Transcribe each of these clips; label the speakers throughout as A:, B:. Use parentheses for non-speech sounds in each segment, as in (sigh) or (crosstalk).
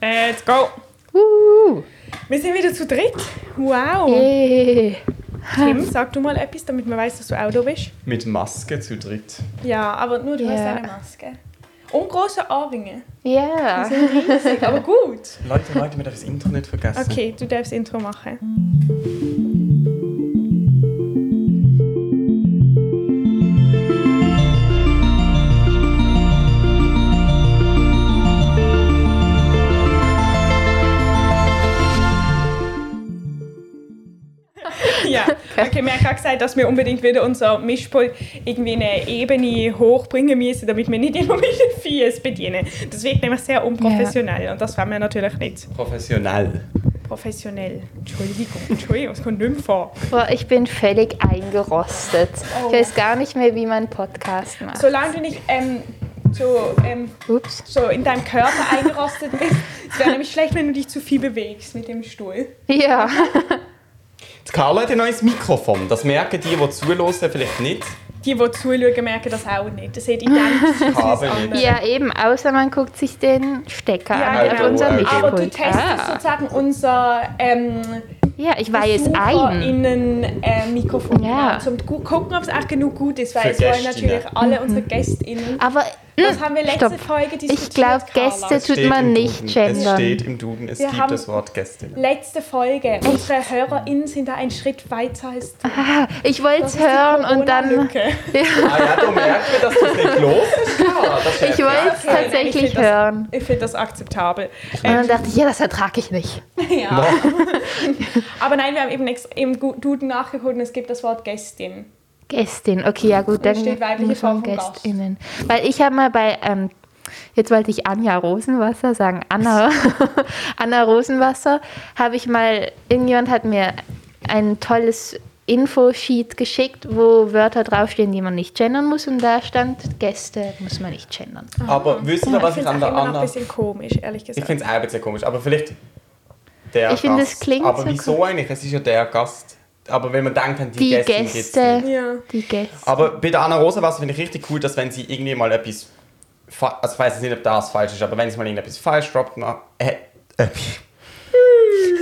A: Äh, Let's go!
B: Uh,
A: Wir sind wieder zu dritt. Wow!
B: yeah.
A: Tim, sag du mal etwas, damit man weiß, dass du auch da bist.
C: Mit Maske zu dritt.
A: Ja, aber nur du
B: Ja.
A: hast eine Maske. Und große Ohrringe.
B: Yeah.
A: Riesig, aber gut.
C: Leute, Leute, wir haben das Internet vergessen.
A: Okay, du darfst Intro machen. (laughs) Ja, okay, wir haben gerade gesagt, dass wir unbedingt wieder unser Mischpult irgendwie in eine Ebene hochbringen müssen, damit wir nicht immer mit den Fies bedienen. Das wirkt nämlich sehr unprofessionell und das wollen wir natürlich nicht.
C: Professionell.
A: Professionell. Entschuldigung, Entschuldigung, es kommt nicht mehr vor.
B: Boah, ich bin völlig eingerostet.
A: Oh.
B: Ich weiß gar nicht mehr, wie man einen Podcast macht.
A: Solange du nicht ähm, so, ähm,
B: Ups.
A: so in deinem Körper eingerostet bist, es wäre nämlich schlecht, wenn du dich zu viel bewegst mit dem Stuhl.
B: Ja.
C: Die Carla hat ein neues Mikrofon. Das merken die, die zuhören, vielleicht nicht.
A: Die, die zuschauen, merken das auch nicht. Das sieht
C: (laughs)
A: identisch aus.
C: Kabel nicht.
B: ja, eben. Außer man guckt sich den Stecker
A: Ja,
B: an auf
C: halt
A: genau.
B: unserem Mischpult.
A: Aber du testest
B: ah.
A: sozusagen unser ähm,
B: Ja, ich war jetzt ein.
A: innen äh, Mikrofon,
B: Ja.
A: ja. um zu gu- gucken, ob es auch genug gut ist, weil
C: Für ne?
A: es wollen
C: Gästinnen.
A: natürlich alle unsere GästInnen.
B: Aber
A: Das haben wir letzte
B: Mhm. Ah, Stopp.
A: Folge diskutiert.
B: ich glaube,
A: Carla.
B: Gäste
C: Steht
B: tut man
C: im
B: nicht
C: Duden. Es
B: gendern.
C: steht im Duden, es
A: Wir
C: gibt
A: haben-
C: das Wort
A: (laughs)
C: Gäste.
A: Letzte Folge. Unsere HörerInnen sind da einen Schritt weiter als du.
B: Ah, ich wollte
A: Das
B: es
A: ist die
B: hören und dann. (laughs)
A: Corona-Lücke.
C: Ah ja, du merkst, dass das nicht los ist, Carla. Das
B: Ich wollte es
A: okay, nein, ich
B: tatsächlich
A: find das-
B: hören.
A: Ich finde das akzeptabel.
B: Und
A: Ähm,
B: dann dachte ich, ja, das ertrage ich nicht.
A: ja. Aber nein, wir haben eben ex- im Gu- Duden nachgeguckt und es gibt das Wort Gästin.
B: Gästin, okay, ja gut, dann
A: steht weibliche Form
B: von
A: von Gast.
B: GästInnen. Weil ich habe mal bei, ähm, jetzt wollte ich Anja Rosenwasser sagen, Anna, (laughs) Anna Rosenwasser, habe ich mal, irgendjemand hat mir ein tolles Infosheet geschickt, wo Wörter draufstehen, die man nicht gendern muss und da stand, Gäste muss man nicht gendern.
C: Aber wisst ihr, was
A: ich
C: ich
A: finde
C: an
A: es auch
C: der
A: immer noch ein
C: Anna...
A: bisschen komisch, ehrlich
C: Ich
A: gesagt.
C: finde es auch ein bisschen komisch, aber vielleicht der
B: Ich finde, es
C: Gast.
B: klingt
C: Aber
B: so
C: wieso eigentlich? Es ist ja der Gast. Aber wenn man denkt, haben die,
B: Die
C: Gäste... gibt's
B: Gäste,
C: nicht.
A: Ja.
B: die Gäste.
C: Aber bei der Anna Rosenwasser finde ich richtig cool, dass wenn sie irgendwie mal etwas... fa- Also ich weiß jetzt nicht, ob das falsch ist, aber wenn sie mal irgendetwas falsch droppt... na- Äh, äh,
B: (laughs)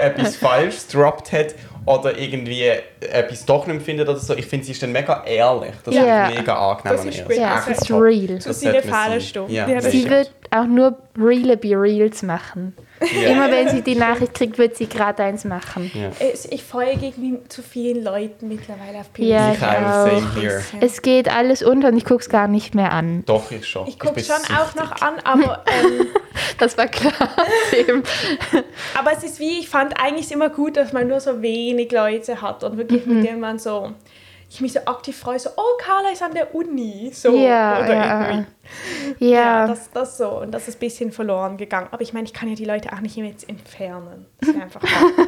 C: etwas falsch droppt hat oder irgendwie etwas doch nicht findet oder so. Ich finde, sie ist dann mega ehrlich. Das
B: Ja.
C: finde ich mega angenehm.
A: Das ist
C: an ihr.
A: gut.
B: Ja,
C: echt
B: es ist
C: top.
B: real.
A: Zu
C: Das
A: viele
C: sollte man
A: Fälle
C: sein.
A: stehen.
C: Ja,
A: Die hat
C: das
B: Sie
C: stimmt.
B: wird auch nur Reale Be Reals machen.
C: Ja.
B: Immer wenn sie die Nachricht kriegt, wird sie gerade eins machen.
C: Ja.
A: Es- Ich folge irgendwie zu vielen Leuten mittlerweile auf Pinterest.
B: Ja, genau.
C: Ich kann
B: auch.
C: same here.
B: Es geht alles unter und ich guck's gar nicht mehr an.
C: Doch, ich schon.
A: Ich gucke
C: bin
A: schon
C: süchtig.
A: auch noch an,
B: (laughs)
A: aber, ähm,
B: Das war (laughs) klar.
A: aber es ist wie, ich fand eigentlich immer gut, dass man nur so wenig Leute hat und wirklich
B: Mhm.
A: mit denen man so, ich mich so aktiv freue, so, oh, Carla ist an der Uni. So,
B: Ja,
A: oder
B: ja.
A: irgendwie. Ja,
B: ja,
A: das, das so. Und das ist ein bisschen verloren gegangen. Aber ich meine, ich kann ja die Leute auch nicht immer jetzt entfernen. Das wäre einfach auch,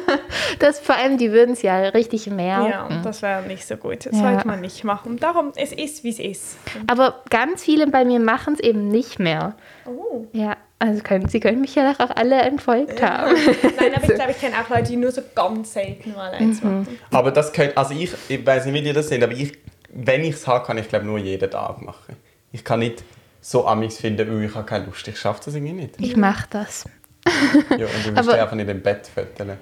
B: das vor allem, die würden's (laughs) ja richtig merken.
A: ja, das wäre nicht so gut. Das
B: Ja.
A: sollte man nicht machen. Darum, es ist, wie es ist.
B: Aber ganz viele bei mir machen's eben nicht mehr.
A: Oh.
B: (laughs) Ja, also können, sie können mich ja nachher auch alle entfolgt haben.
A: Nein, aber ich glaube, ich kenne auch Leute, die nur so ganz selten mal eins
B: Mhm.
A: machen.
C: Aber das könnte, also ich, ich weiß nicht, wie die das sind, aber ich, wenn ich es habe, kann ich glaube nur jeden Tag machen. Ich kann nicht so Amix finden, weil ich habe keine Lust, ich schaffe das irgendwie nicht.
B: Ich mach das.
C: Ja, und du willst
B: Aber-
C: dich einfach nicht im Bett fetteln.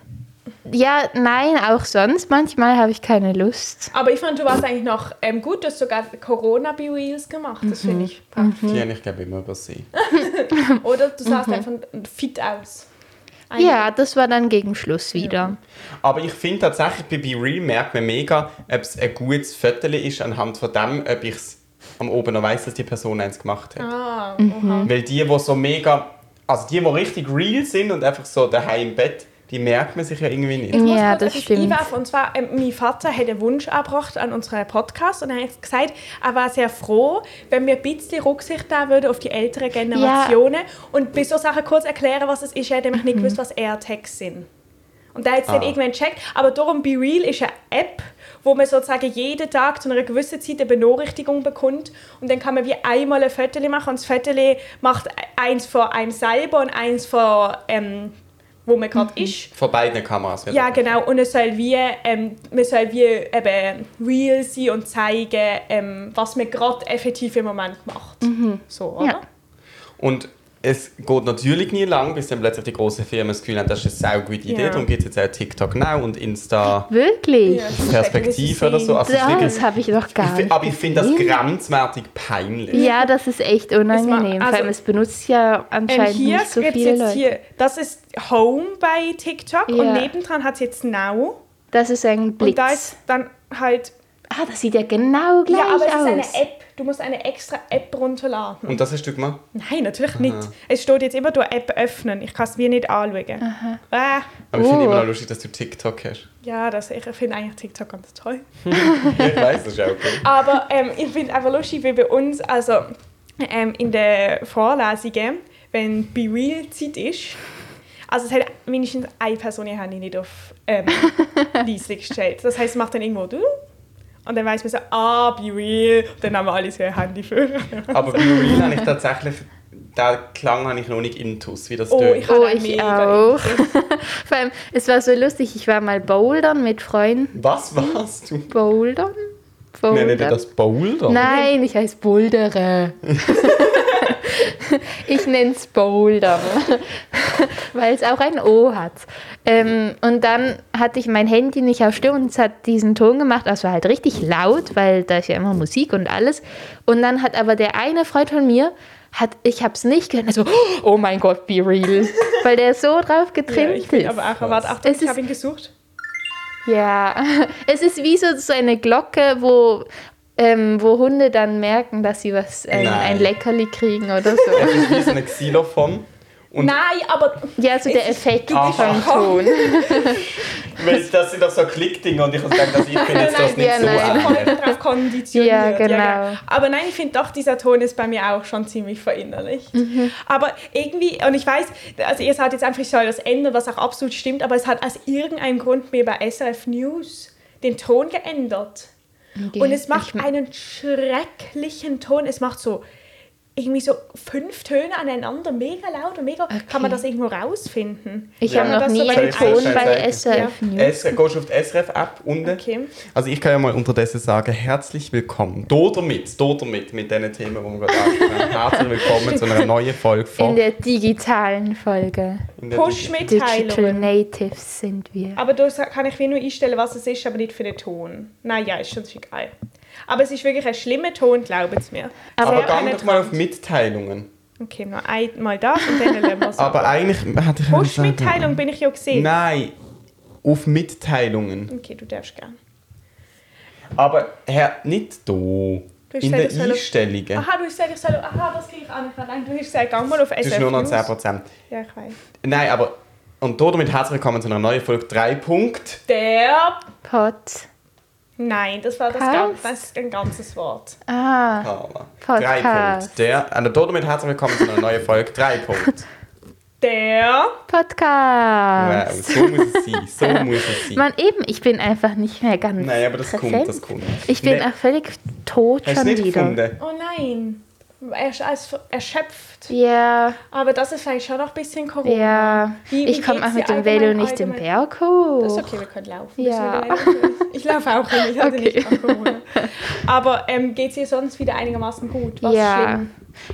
B: Ja, nein, auch sonst. Manchmal habe ich keine Lust.
A: Aber ich fand, du warst eigentlich noch ähm, gut, du hast sogar Corona-Be-Reels gemacht. Das
B: Mhm.
A: finde ich praktisch.
C: Die habe ich glaube immer über sie.
A: Oder du sahst einfach fit aus. Eigentlich-
B: Ja, das war dann gegen Schluss wieder.
C: Aber ich finde tatsächlich, bei Be Real merkt man mega, ob es ein gutes Foto ist, anhand von dem, ob ich es am oben noch weiss, dass die Person eins gemacht hat.
A: Ah,
B: Mhm.
C: Weil die, die so mega, also die, die richtig real sind und einfach so daheim im Bett, die merkt man sich ja irgendwie nicht.
A: Ich muss
B: Ja,
A: kurz
B: das
A: etwas
B: stimmt.
A: Einwerfen. Und zwar, ähm, mein Vater hat einen Wunsch angebracht an unseren Podcast und er hat gesagt, er war sehr froh, wenn wir ein bisschen Rücksicht da würden auf die älteren Generationen und bis so Sachen kurz erklären, was es ist. Er hat nämlich
B: Mhm.
A: nicht gewusst, was AirTags sind. Und da hat es dann
C: Ah.
A: irgendwann gecheckt. Aber darum, Be Real ist eine App, wo man sozusagen jeden Tag zu einer gewissen Zeit eine Benachrichtigung bekommt. Und dann kann man wie einmal ein Foto machen. Und das Foto macht eins von einem selber und eins von, ähm, wo man gerade
B: Mhm.
A: ist.
C: Von beiden Kameras. wird
A: Ja,
C: das-
A: genau. Und es soll wie, ähm, man soll wie eben real sein und
B: Mhm.
A: zeigen, ähm, was man gerade effektiv im Moment macht. So, oder?
B: Ja.
C: Und es geht natürlich nie lang, bis dann plötzlich die großen Firmen das Gefühl haben, das ist eine sehr gute Idee.
A: Ja.
C: Darum gibt es jetzt auch TikTok Now und Insta
B: Wirklich?
A: Ja, das ist ein
C: Perspektive oder so. Also es ist
B: Ja,
C: wirklich,
B: das habe ich noch
C: ich,
B: gar
C: fi-
B: nicht.
C: aber ich finde das
B: gesehen.
C: grenzwertig peinlich.
B: Ja, das ist echt unangenehm.
A: also-
B: Vor allem, es benutzt ja
A: Ähm,
B: anscheinend
A: hier
B: nicht so
A: gibt's
B: viele
A: jetzt
B: Leute.
A: hier, das ist Home bei TikTok und
B: Ja.
A: nebendran hat es jetzt Now.
B: Das ist ein Blitz.
A: Und da ist dann halt.
B: ah, das sieht ja genau gleich
A: ja, aber
B: aus.
A: es ist eine App. Du musst eine extra App runterladen.
C: Und das hast du gemacht?
A: Nein, natürlich nicht. Es steht jetzt immer, du App öffnen. Ich kann es wie nicht anschauen. Ah,
C: Aber ich finde
B: Oh.
C: immer noch lustig, dass du TikTok hast.
A: ja, das, ich finde eigentlich TikTok ganz toll.
C: Ja, ich weiß, das ist auch okay.
A: Aber ähm, ich finde einfach lustig, wie bei uns, also ähm, in den Vorlesungen, wenn Be Real Zeit ist, also es hat mindestens eine Person ihr Handy nicht auf
B: (laughs)
A: ähm, leise gestellt. Das heißt, es macht dann irgendwo du und dann weiß man so, ah, Be Real, und dann haben wir alle so ihr Handy für.
C: Aber bei Real habe ich tatsächlich, den Klang habe ich noch nicht intus, wie das
A: Oh,
C: tönt.
A: ich
B: Oh,
A: habe
B: ich
A: mega.
B: auch. Vor allem, es war so lustig, ich war mal bouldern mit Freunden.
C: Was warst du?
B: Bouldern?
C: Nennt ihr
B: Bouldern?
C: das Boulder?
B: Oh, Nein, ich heiße
A: (laughs)
B: Bouldere. ich nenne es Bouldern, weil es auch ein O hat. Ähm, und dann hatte ich mein Handy nicht auf Stimm und es hat diesen Ton gemacht. Das war halt richtig laut, weil da ist ja immer Musik und alles. Und dann hat aber der eine Freund von mir, hat, ich habe es nicht gehört, also, oh mein Gott, be
A: (laughs)
B: real. weil der so drauf
A: Ja,
B: getrimmt
A: ich bin
B: ist.
A: aber auch erwartet. Achtung,
B: Es
A: ich
B: ist-
A: habe ihn gesucht.
B: Ja, (laughs) es ist wie so, so eine Glocke, wo, ähm, wo Hunde dann merken, dass sie was ein,
C: Nein.
B: ein Leckerli kriegen oder so.
C: Das ist wie so
B: (laughs)
C: ein Xylophon. Und
A: Nein, aber
B: ja, so der Effekt
C: Ah.
B: vom Ton.
C: weil das sind doch so Klickdinger und ich habe gedacht, dass ich bin jetzt das nicht
B: Ja,
C: so
B: nein.
C: an.
A: voll darauf konditioniert.
B: Ja, genau.
A: Aber nein, ich finde doch, dieser Ton ist bei mir auch schon ziemlich verinnerlicht.
B: Mhm.
A: Aber irgendwie, und ich weiß, also ihr sagt jetzt einfach, ich soll das ändern, was auch absolut stimmt, aber es hat aus irgendeinem Grund mir bei SRF News den Ton geändert. Und es macht
B: Ich-
A: einen schrecklichen Ton. Es macht so irgendwie so fünf Töne aneinander, mega laut und mega. Kann man das irgendwo rausfinden?
B: Ich
C: Ja.
B: habe noch
A: Das so
B: nie
A: bei
B: einen
A: den
B: Ton
A: Einstein-
B: bei
C: Ja.
B: SRF News.
C: Es, gehst du auf die SRF-App unten?
A: Okay.
C: Also ich kann ja mal unterdessen sagen, herzlich willkommen. Do damit, do damit, mit diesen Themen, die wir gerade ansprechen. Herzlich willkommen zu einer neuen Folge
B: In
C: von...
B: der digitalen Folge.
C: in der-
B: Digital
A: Push-Mitteilungen.
B: Natives sind wir.
A: Aber da sa- kann ich wie nur einstellen, was es ist, aber nicht für den Ton. Nein, ja, ist schon egal. Aber es ist wirklich ein schlimmer Ton, glaubt es mir.
C: Aber
A: Sehr
C: geh doch mal auf
A: penetrant.
C: Mitteilungen.
A: Okay, noch einmal das und dann
C: (laughs)
A: lassen wir es.
C: Aber eigentlich hätte ich...
A: Push-Mitteilung bin ich ja gesehen.
C: Nein, auf Mitteilungen.
A: Okay, du darfst gerne.
C: Aber Herr, nicht do.
A: hast
C: In den
A: gesagt, ich soll-
C: Einstellungen.
A: Aha, du hast gesagt, ich soll... Aha, das kriege ich auch nicht. Nein, du hast gesagt, geh mal auf SF
C: Das ist nur noch
A: News.
C: 10%.
A: Ja, ich weiß.
C: Nein, aber. Und damit herzlich willkommen zu einer neuen Folge 3. Punkt.
A: Der...
B: Pod.
A: Nein, das war das,
B: Cast?
A: ganz, das ist ein ganzes Wort.
B: Ah,
C: Carla.
B: Podcast.
C: Drei Punkt. Der. Und damit herzlich willkommen zu einer neuen Folge 3. Punkt.
A: Der...
C: Wow,
B: Podcast.
C: so muss es sein. So muss es sein.
B: Man, eben, ich bin einfach nicht mehr ganz.
C: Nein, aber das
B: präsent.
C: kommt, das kommt.
B: Ich bin
C: Nee,
B: auch völlig tot
C: Hast du
B: schon
C: nicht
B: wieder.
C: gefunden?
A: Oh nein. Er ist als erschöpft.
B: Ja,
A: Aber das ist vielleicht schon noch ein bisschen Corona.
B: ja.
A: Wie- wie
B: ich komme
A: geht's
B: auch mit
A: dir
B: dem Velo
A: allgemein-
B: nicht den
A: allgemein?
B: Berg
A: Das
B: hoch.
A: ist okay, wir können laufen.
B: Ja.
A: bis wir wieder laufen. Ich laufe auch hin, ich hatte
B: Okay.
A: nicht mal Corona. Aber ähm, geht es dir sonst wieder einigermaßen gut? Was ist
B: ja.
A: schlimm?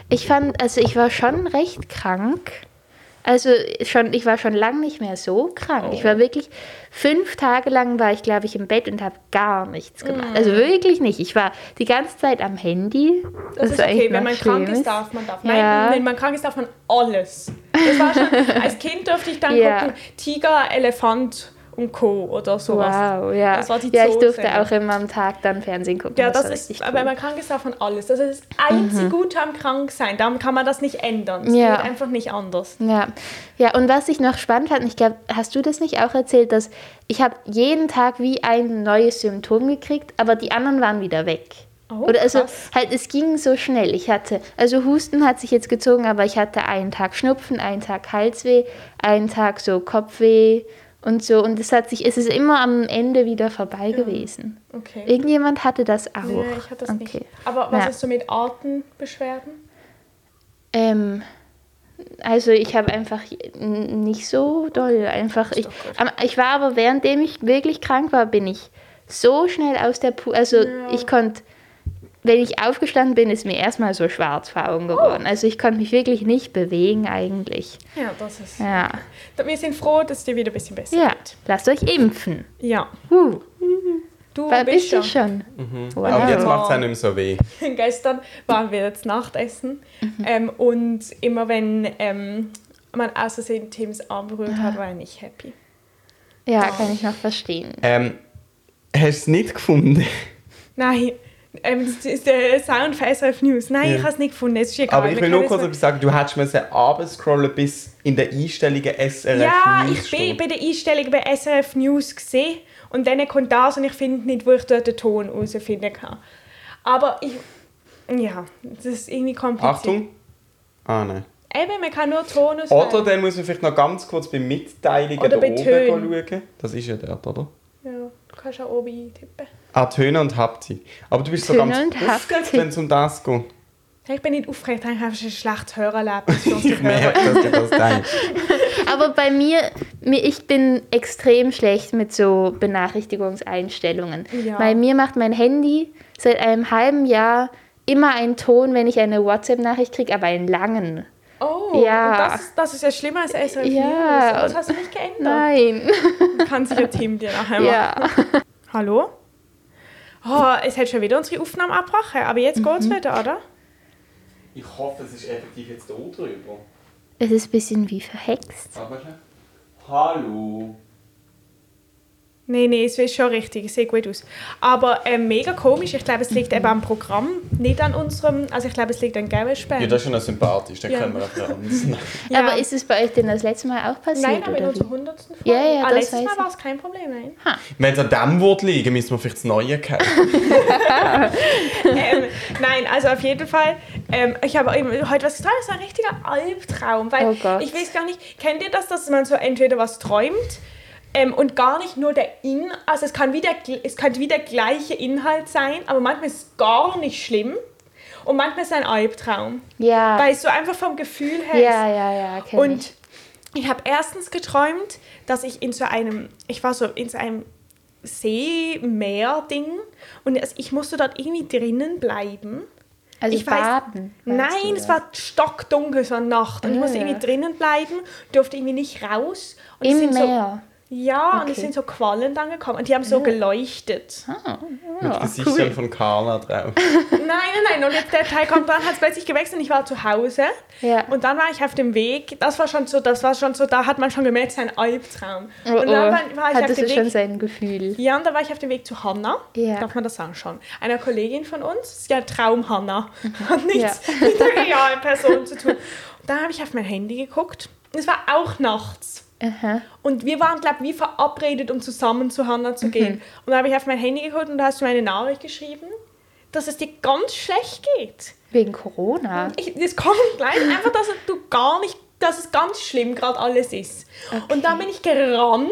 B: Ich fand, also ich war schon recht krank. Also schon, ich war schon lange nicht mehr so krank. Ich
A: Oh.
B: war wirklich fünf Tage lang war ich, glaube ich, im Bett und habe gar nichts gemacht. Also wirklich nicht. Ich war die ganze Zeit am Handy.
A: Mm. Das ist okay, wenn man krank ist,
B: darf.
A: darf man darf.
B: Ja.
A: Nein, wenn man krank ist, darf man alles. Das war schon, als Kind durfte ich dann
B: Ja.
A: gucken, Tiger, Elefant und Co. oder sowas.
B: Wow, ja.
A: Das war die
B: ja, ich
A: Zoose.
B: durfte auch immer am Tag dann Fernsehen gucken.
A: Ja, das,
B: war
A: ist,
B: richtig
A: wenn
B: cool.
A: man krank ist, darf man alles. Das ist das einzige Gute am Kranksein. Darum kann man das nicht ändern. Es
B: Ja.
A: geht einfach nicht anders.
B: Ja. ja, und was ich noch spannend fand, ich glaube, hast du das nicht auch erzählt, dass ich habe jeden Tag wie ein neues Symptom gekriegt, aber die anderen waren wieder weg.
A: Oh,
B: Oder also
A: krass.
B: halt, es ging so schnell. Ich hatte, also Husten hat sich jetzt gezogen, aber ich hatte einen Tag Schnupfen, einen Tag Halsweh, einen Tag so Kopfweh und so. Und es hat sich, es ist immer am Ende wieder vorbei gewesen.
A: Okay.
B: Irgendjemand hatte das auch.
A: Nee, ich hatte das nicht.
B: Okay.
A: Aber was
B: Ja.
A: ist so mit Atembeschwerden?
B: Ähm, also ich habe einfach n- nicht so doll. Einfach ich, am- ich war aber währenddem ich wirklich krank war, bin ich so schnell aus der Pu also ich konnte wenn ich aufgestanden bin, ist mir erstmal so schwarz vor Augen geworden. Also ich konnte mich wirklich nicht bewegen eigentlich.
A: Ja, das ist.
B: Ja,
A: Wir sind froh, dass es dir wieder ein bisschen besser
B: ja.
A: geht.
B: lasst euch impfen.
A: Ja.
B: Huh.
A: Du
B: Weil
A: bist
B: bist
A: ja.
B: du schon. Wow.
C: Mhm. Aber jetzt macht es auch nicht mehr so weh.
A: (laughs) Gestern waren wir jetzt Nachtessen ähm, und immer wenn ähm, man außersehen Tims Arm berührt hat, war er nicht happy.
B: Ja, kann ich noch verstehen.
C: Ähm, hast du es nicht gefunden?
A: Nein, ähm, das ist der Sound für SRF News. Nein,
C: Ja.
A: ich habe es nicht gefunden. Es ist egal.
C: Aber ich
A: wir
C: will nur
A: können
C: kurz
A: es-
C: etwas sagen. Du hättest müssen runterscrollen bis in den Einstellungen SRF
A: Ja,
C: News
A: ich bin
C: steht.
A: bei der Einstellung bei SRF News gesehen und dann kommt das und ich finde nicht, wo ich dort den Ton herausfinden kann. Aber ich. Ja, das ist irgendwie kompliziert.
C: Achtung. Ah, nein.
A: Eben, man kann nur Ton auswählen.
C: Oder dann muss man vielleicht noch ganz kurz bei Mitteilungen
A: Oder
C: da
A: bei
C: oben
A: Tönen.
C: schauen. Das ist ja dort, oder?
A: Ja, du kannst auch oben eintippen.
C: Ah, Töne und Haptik. Aber du bist so
B: Töne
C: ganz
B: und
C: aufgeregt,
B: Haptik.
C: wenn es um das geht.
A: Hey, Ich bin nicht aufgeregt, ich habe ein schlechtes Hörerlebnis.
C: (laughs)
A: für
C: Ich
A: unsere Hörer.
C: merke, dass du das denkst.
B: Aber bei mir, mir, ich bin extrem schlecht mit so Benachrichtigungseinstellungen.
A: Ja.
B: Bei mir macht mein Handy seit einem halben Jahr immer einen Ton, wenn ich eine WhatsApp-Nachricht kriege, aber einen langen.
A: Oh,
B: Ja.
A: und das, ist- das ist ja schlimmer als SRF
B: Ja.
A: News. Das hast du nicht geändert.
B: Nein.
A: Kann sich der Team dir nachher machen.
B: Ja.
A: Hallo? Oh, es hat schon wieder unsere Aufnahme abgebrochen, aber
B: Mhm.
A: jetzt geht's wieder, oder?
C: Ich hoffe, es ist effektiv jetzt da drüber.
B: Es ist ein bisschen wie verhext.
C: Aber Hallo.
A: Nein, nein, es ist schon richtig, es sieht gut aus. Aber ähm, mega komisch, ich glaube, es liegt eben am Programm, nicht an unserem, also ich glaube, es liegt an Gavelspend.
C: Ja, das ist schon noch sympathisch, dann
A: Ja.
C: können wir einfach ernst nehmen.
B: Aber ist es bei euch denn das letzte Mal auch passiert?
A: Nein, aber in
B: oder
A: unserer
B: wie?
A: hundertsten Folge.
B: Ja, ja,
A: ah,
B: das
A: letztes
B: weiß
A: Mal
B: ich.
A: war es kein Problem, nein. (laughs)
C: Wenn es an dem Wort liegen, müssen wir vielleicht das Neue kennen.
A: ähm, nein, also auf jeden Fall, ähm, ich habe eben heute was geträumt, das war ein richtiger Albtraum, weil
B: Oh Gott.
A: ich weiß gar nicht, kennt ihr das, dass man so entweder was träumt ähm, und gar nicht nur der In, also es kann, wieder, es kann wieder gleiche Inhalt sein, aber manchmal ist es gar nicht schlimm und manchmal ist es ein Albtraum,
B: Ja.
A: weil es so einfach vom Gefühl her ist.
B: Ah. ja, ja, ja, kenn
A: Und
B: ich.
A: ich, habe erstens geträumt, dass ich in so einem, ich war so in so einem See-Meer-Ding und es- ich musste dort irgendwie drinnen bleiben.
B: Also
A: ich weiß-
B: baden. meinst
A: Nein,
B: du,
A: es
B: oder?
A: war stockdunkel, es war Nacht und ich musste
B: Ah.
A: irgendwie drinnen bleiben, durfte irgendwie nicht raus. Und es
B: im
A: sind
B: Meer.
A: So, ja, und es
B: Okay. Ah.
A: sind so Quallen dann gekommen und die haben so geleuchtet.
C: Mit Gesichtern von Carla drauf.
A: Nein, nein, nein. Und jetzt der Teil kommt dann, hat es plötzlich gewechselt und ich war zu Hause.
B: Ja.
A: Und dann war ich auf dem Weg. Das war schon so, das war schon so, da hat man schon gemerkt, sein Albtraum.
B: Oh,
A: Und
B: oh.
A: dann war, war ich halt auf
B: Hattest
A: dem
B: du schon
A: Weg.
B: sein Gefühl?
A: Ja, und da war ich auf dem Weg zu Hanna.
B: Ja.
A: Darf man das sagen schon? Einer Kollegin von uns. Das ist ja Traum Hanna. Hat nichts
B: Mhm.
A: (laughs)
B: Ja.
A: mit der realen Person zu tun. Und dann habe ich auf mein Handy geguckt. Und Es war auch nachts.
B: Aha.
A: Und wir waren, glaube ich, wie verabredet, um zusammen zu Hannah
B: Mhm.
A: zu gehen. Und da habe ich auf mein Handy geguckt und da hast du mir eine Nachricht geschrieben, dass es dir ganz schlecht geht.
B: Wegen Corona.
A: Ich, das kommt gleich einfach, dass du gar nicht, dass es ganz schlimm gerade alles ist. Und dann bin ich gerannt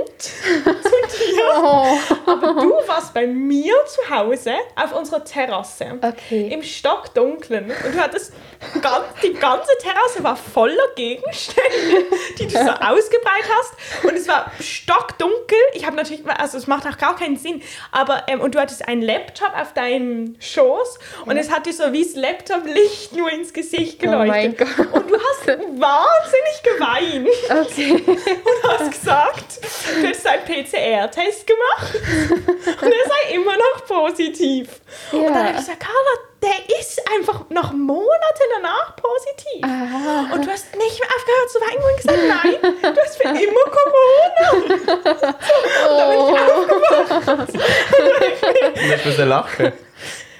A: zu dir.
B: Oh.
A: (laughs) Aber du warst bei mir zu Hause auf unserer Terrasse.
B: Okay.
A: Im Stockdunklen. Und du hattest ganz, die ganze Terrasse war voller Gegenstände, die du so ausgebreitet hast. Und es war stockdunkel. Ich habe natürlich, also es macht auch gar keinen Sinn. Aber, ähm, und du hattest einen Laptop auf deinem Schoß und es hat dir so wie das Laptop-Licht nur ins Gesicht
B: Oh mein
A: geleuchtet.
B: Gott.
A: und du hast wahnsinnig geweint
B: Okay.
A: und hast gesagt, du hättest einen PCR-Test gemacht und er sei immer noch positiv. Und dann
B: Ja.
A: habe ich gesagt, Carla, der ist einfach noch Monate danach positiv.
B: Aha.
A: Und du hast nicht mehr aufgehört zu weinen und gesagt, nein, du hast für immer Corona.
B: Oh.
C: Du musst müssen lachen.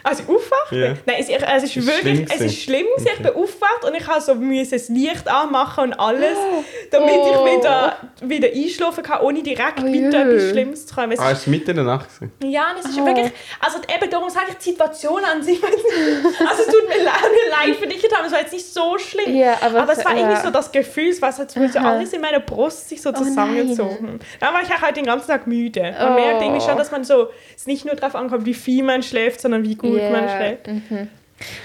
A: Also ich aufwacht?
C: Ja.
A: Nein, es, ist- es ist,
C: Ist
A: wirklich,
C: schlimm
A: es ist
C: gewesen.
A: schlimm gewesen. Ich
C: Okay.
A: bin aufgewacht und ich habe so müssen das Licht anmachen und alles, damit
B: Oh.
A: ich wieder, wieder einschlafen kann, ohne direkt
B: Oh
A: wieder
B: je.
A: etwas Schlimmes zu träumen. Es
C: Ah, es war mitten in der Nacht. gewesen.
A: Ja, das ist
B: Oh.
A: wirklich. Also eben darum sage ich die Situation an sich. (laughs) Also es tut mir leid, mir leid für dich getan. Es war jetzt nicht so schlimm.
B: Ja, aber
A: es
B: es-
A: war irgendwie
B: ja.
A: so das Gefühl, es war so, als würde so
B: Aha.
A: alles in meiner Brust sich so zusammengezogen. Dann war ich auch halt den ganzen Tag müde. Man
B: Oh.
A: merkt irgendwie schon, dass man so es nicht nur darauf ankommt, wie viel man schläft, sondern wie gut
B: Ja.
A: man schläft.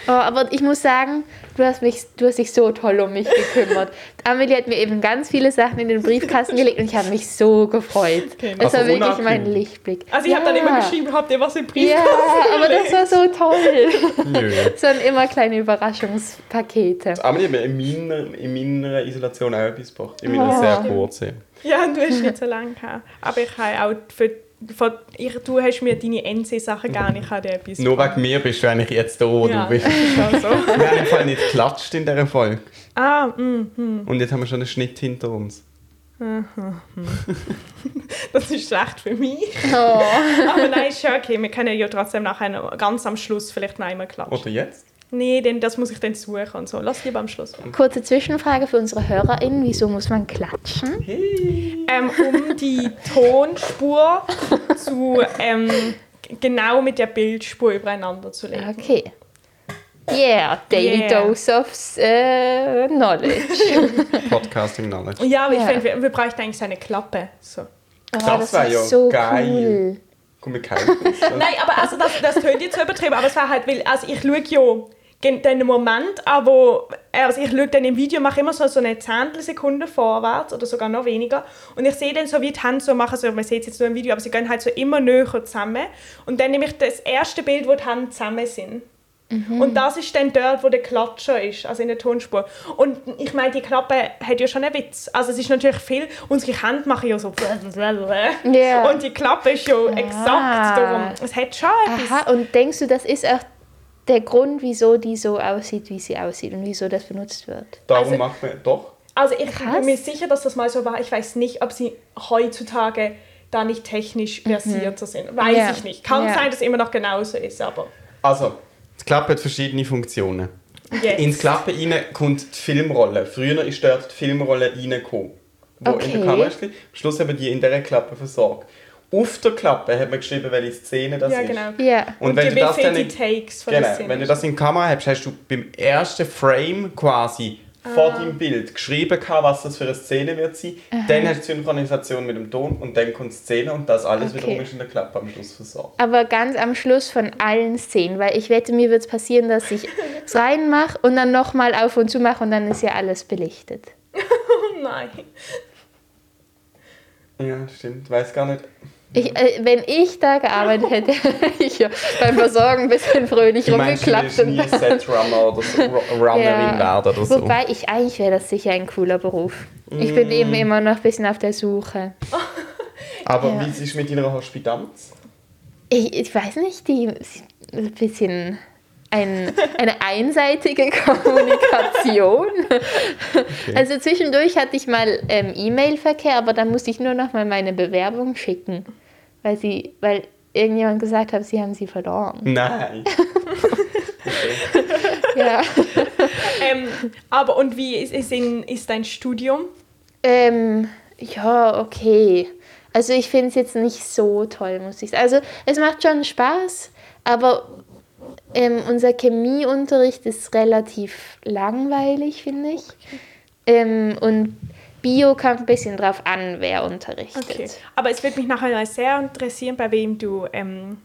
B: Oh, aber ich muss sagen, du hast, mich, du hast dich so toll um mich gekümmert. Amelie hat mir eben ganz viele Sachen in den Briefkasten gelegt und ich habe mich so gefreut.
A: Okay.
B: Das war
C: Also
B: wirklich
C: unabhängig.
B: mein Lichtblick.
A: Also ich habe dann immer geschrieben, habt ihr was im
B: Ja,
A: Briefkasten?
B: aber das war so toll.
C: Nö.
B: Das waren immer kleine Überraschungspakete.
C: Amelie hat mir in meiner, in meiner Isolation auch etwas gebracht. In meiner
B: Ja.
C: sehr kurzen.
A: (laughs) Ja, und du hast nicht so lange gehabt. Aber ich habe auch für, von, ich, du hast mir deine NC-Sachen gar nicht, ich habe dir etwas
C: Nur wegen mir bist du eigentlich jetzt da, wo
A: ja,
C: du bist.
A: das ist auch so. (laughs)
C: Wir haben im Fall nicht geklatscht in dieser Folge.
A: Ah, mm, mm.
C: Und jetzt haben wir schon einen Schnitt hinter uns.
A: das ist schlecht für mich.
B: Oh.
A: Aber nein, ist schon okay. Wir können ja trotzdem nachher noch, ganz am Schluss vielleicht noch einmal klatschen.
C: Oder jetzt?
A: Nee, denn das muss ich dann suchen und so. Lass lieber am Schluss.
B: Kurze Zwischenfrage für unsere HörerInnen. Wieso muss man klatschen?
A: Ähm, um die Tonspur zu ähm, g- genau mit der Bildspur übereinander zu legen.
B: Okay. Yeah, daily
A: Yeah.
B: dose of äh, knowledge.
C: Podcasting Knowledge.
A: Ja, aber
B: Ja.
A: ich finde, wir, wir bräuchten eigentlich so eine Klappe. So.
B: Oh,
C: Das wär
B: ist
C: ja geil. Komm mit keinem.
A: Nein, aber also das, das tönt jetzt so übertrieben, aber es war halt, weil, also ich schaue ja gen- den Moment an, wo, also ich schaue dann im Video, mache immer so, so eine Zehntelsekunde vorwärts oder sogar noch weniger und ich sehe dann so, wie die Hände so machen, so, man sieht es jetzt nur im Video, aber sie gehen halt so immer näher zusammen und dann nehme ich das erste Bild, wo die Hände zusammen sind. Und das ist dann dort, wo der Klatscher ist, also in der Tonspur. Und ich meine, die Klappe hat ja schon einen Witz. Also es ist natürlich viel, unsere Hände machen ja so (laughs)
B: Ja.
A: und die Klappe ist ja exakt darum. Es hat schon etwas.
B: Aha, und denkst du, das ist auch der Grund, wieso die so aussieht, wie sie aussieht und wieso das benutzt wird?
C: Darum
A: Also-
C: macht man. Doch.
A: Also ich
B: Krass.
A: bin mir sicher, dass das mal so war. Ich weiß nicht, ob sie heutzutage da nicht technisch versierter sind. Weiß
B: Mhm. Ja.
A: ich nicht. Kann
B: Ja.
A: sein, dass es immer noch genauso ist, aber
C: Also, die Klappe hat verschiedene Funktionen.
A: jetzt.
C: In die Klappe rein kommt die Filmrolle. Früher ist dort die Filmrolle reingekommen, die in der
B: Okay.
C: Kamera ist. Am Schluss haben wir die in dieser Klappe versorgt. Auf der Klappe hat man geschrieben, welche Szene das
A: ja,
C: ist.
A: genau.
B: Ja.
C: Und,
A: Und
C: wenn
A: die
C: du das dann
A: die
C: in,
A: Takes von
C: genau,
A: der Szene.
C: wenn du das in die Kamera hast, hast du beim ersten Frame quasi vor deinem Bild geschrieben, gehabt, was das für eine Szene wird sein. Dann hast du die Synchronisation mit dem Ton und dann kommt die Szene und das alles
B: Okay.
C: wiederum ist in der Klappe am Schluss versorgt.
B: Aber ganz am Schluss von allen Szenen, weil ich wette, mir wird es passieren, dass ich (laughs) es reinmache und dann nochmal auf und zu mache und dann ist ja alles belichtet.
A: (laughs) Oh nein.
C: Ja, stimmt. Weiß gar nicht.
B: Ich, äh, wenn ich da gearbeitet hätte, (laughs) hätte ich ja beim Versorgen ein bisschen fröhlich
C: Du meinst, du
B: rumgeklappt.
C: wirst
B: (laughs)
C: nie
B: Und
C: Set-Runner oder so, Ru- Runnerin
B: Ja.
C: werden oder so.
B: Wobei ich eigentlich wäre das sicher ein cooler Beruf. Ich bin eben immer noch ein bisschen auf der Suche.
C: Aber
B: Ja.
C: wie es ist mit deiner Hospitanz?
B: Ich, ich weiß nicht, die ist ein bisschen ein, eine einseitige Kommunikation. Also zwischendurch hatte ich mal ähm, E-Mail-Verkehr, aber dann musste ich nur noch mal meine Bewerbung schicken, weil sie, weil irgendjemand gesagt hat, sie haben sie verloren.
C: Nein.
B: Ja.
A: Ähm, aber und wie ist, ist, in, ist dein Studium?
B: Ähm, ja, okay. Also ich finde es jetzt nicht so toll, muss ich sagen. Also es macht schon Spaß, aber ähm, unser Chemieunterricht ist relativ langweilig, finde ich. Ähm, und Bio kommt ein bisschen drauf an, wer unterrichtet.
A: Okay. Aber es würde mich nachher noch sehr interessieren, bei wem du. Ähm,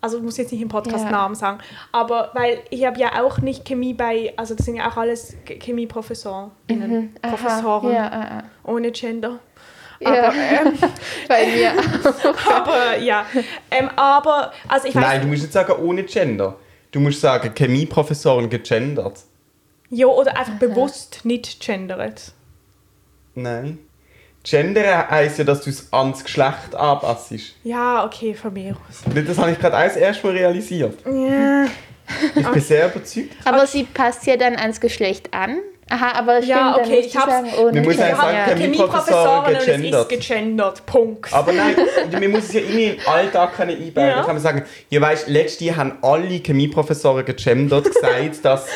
A: also, ich muss jetzt nicht im Podcast
B: Ja.
A: Namen sagen, aber weil ich habe ja auch nicht Chemie bei. Also, das sind ja auch alles Ch- Chemieprofessoren. Mhm.
B: Aha,
A: Professoren
B: Ja, ah, ah.
A: ohne Gender.
B: ja.
A: Aber, ähm,
B: (laughs) bei mir.
A: (laughs) aber ja. Ähm, aber, also ich weiß.
C: Nein, du musst nicht sagen ohne Gender. Du musst sagen Chemieprofessorin gegendert.
A: Ja, oder einfach bewusst nicht gendert.
C: Nein. Gendern heisst ja, dass du es ans Geschlecht anpassst.
A: Ja, okay, von mir aus.
C: Nicht, Das habe ich gerade als erstes Mal realisiert.
A: Ja.
C: Ich bin sehr überzeugt.
B: Aber sie passt ja dann ans Geschlecht an. Aha, aber stimmt,
A: Ja,
B: dann
A: okay,
B: musst
A: ich
B: du
A: hab's-
B: sagen, ohne
C: Wir müssen
B: Geschlecht.
C: einfach sagen,
B: ja.
C: Chemie-
A: Chemieprofessorin und es ist
C: Chemieprofessoren
A: gegendert. Punkt.
C: Aber nein, man muss es ja irgendwie in den Alltag können einbauen.
A: Ja.
C: Da kann man sagen, ja weißt, letztes Jahr haben alle Chemieprofessoren gegendert gesagt, dass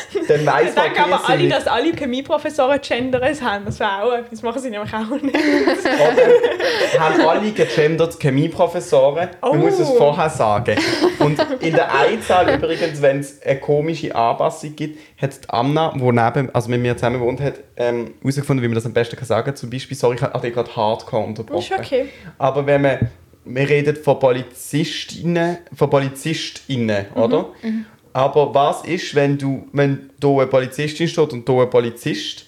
A: (laughs)
C: dann weiss man,
A: Sagen aber
C: okay,
A: alle,
C: sie
A: dass alle Chemieprofessoren Genderes haben. Das wäre auch etwas. Das machen sie nämlich auch nicht. (laughs)
C: Trotzdem haben alle gegendert Chemieprofessoren.
A: Oh.
C: Man muss es vorher sagen. Und in der Einzahl übrigens, wenn es eine komische Anpassung gibt, hat die Anna, die neben, also mit mir zusammen wohnt, hat ähm, herausgefunden, wie man das am besten kann sagen kann. Zum Beispiel, sorry, ich ah, habe dich gerade hardcore unterbrochen.
A: Ist okay.
C: Aber wenn
A: Mhm.
C: man, wir reden von Polizistinnen, von Polizistinnen, oder? Aber was ist, wenn du, wenn da eine Polizistin steht und da ein Polizist?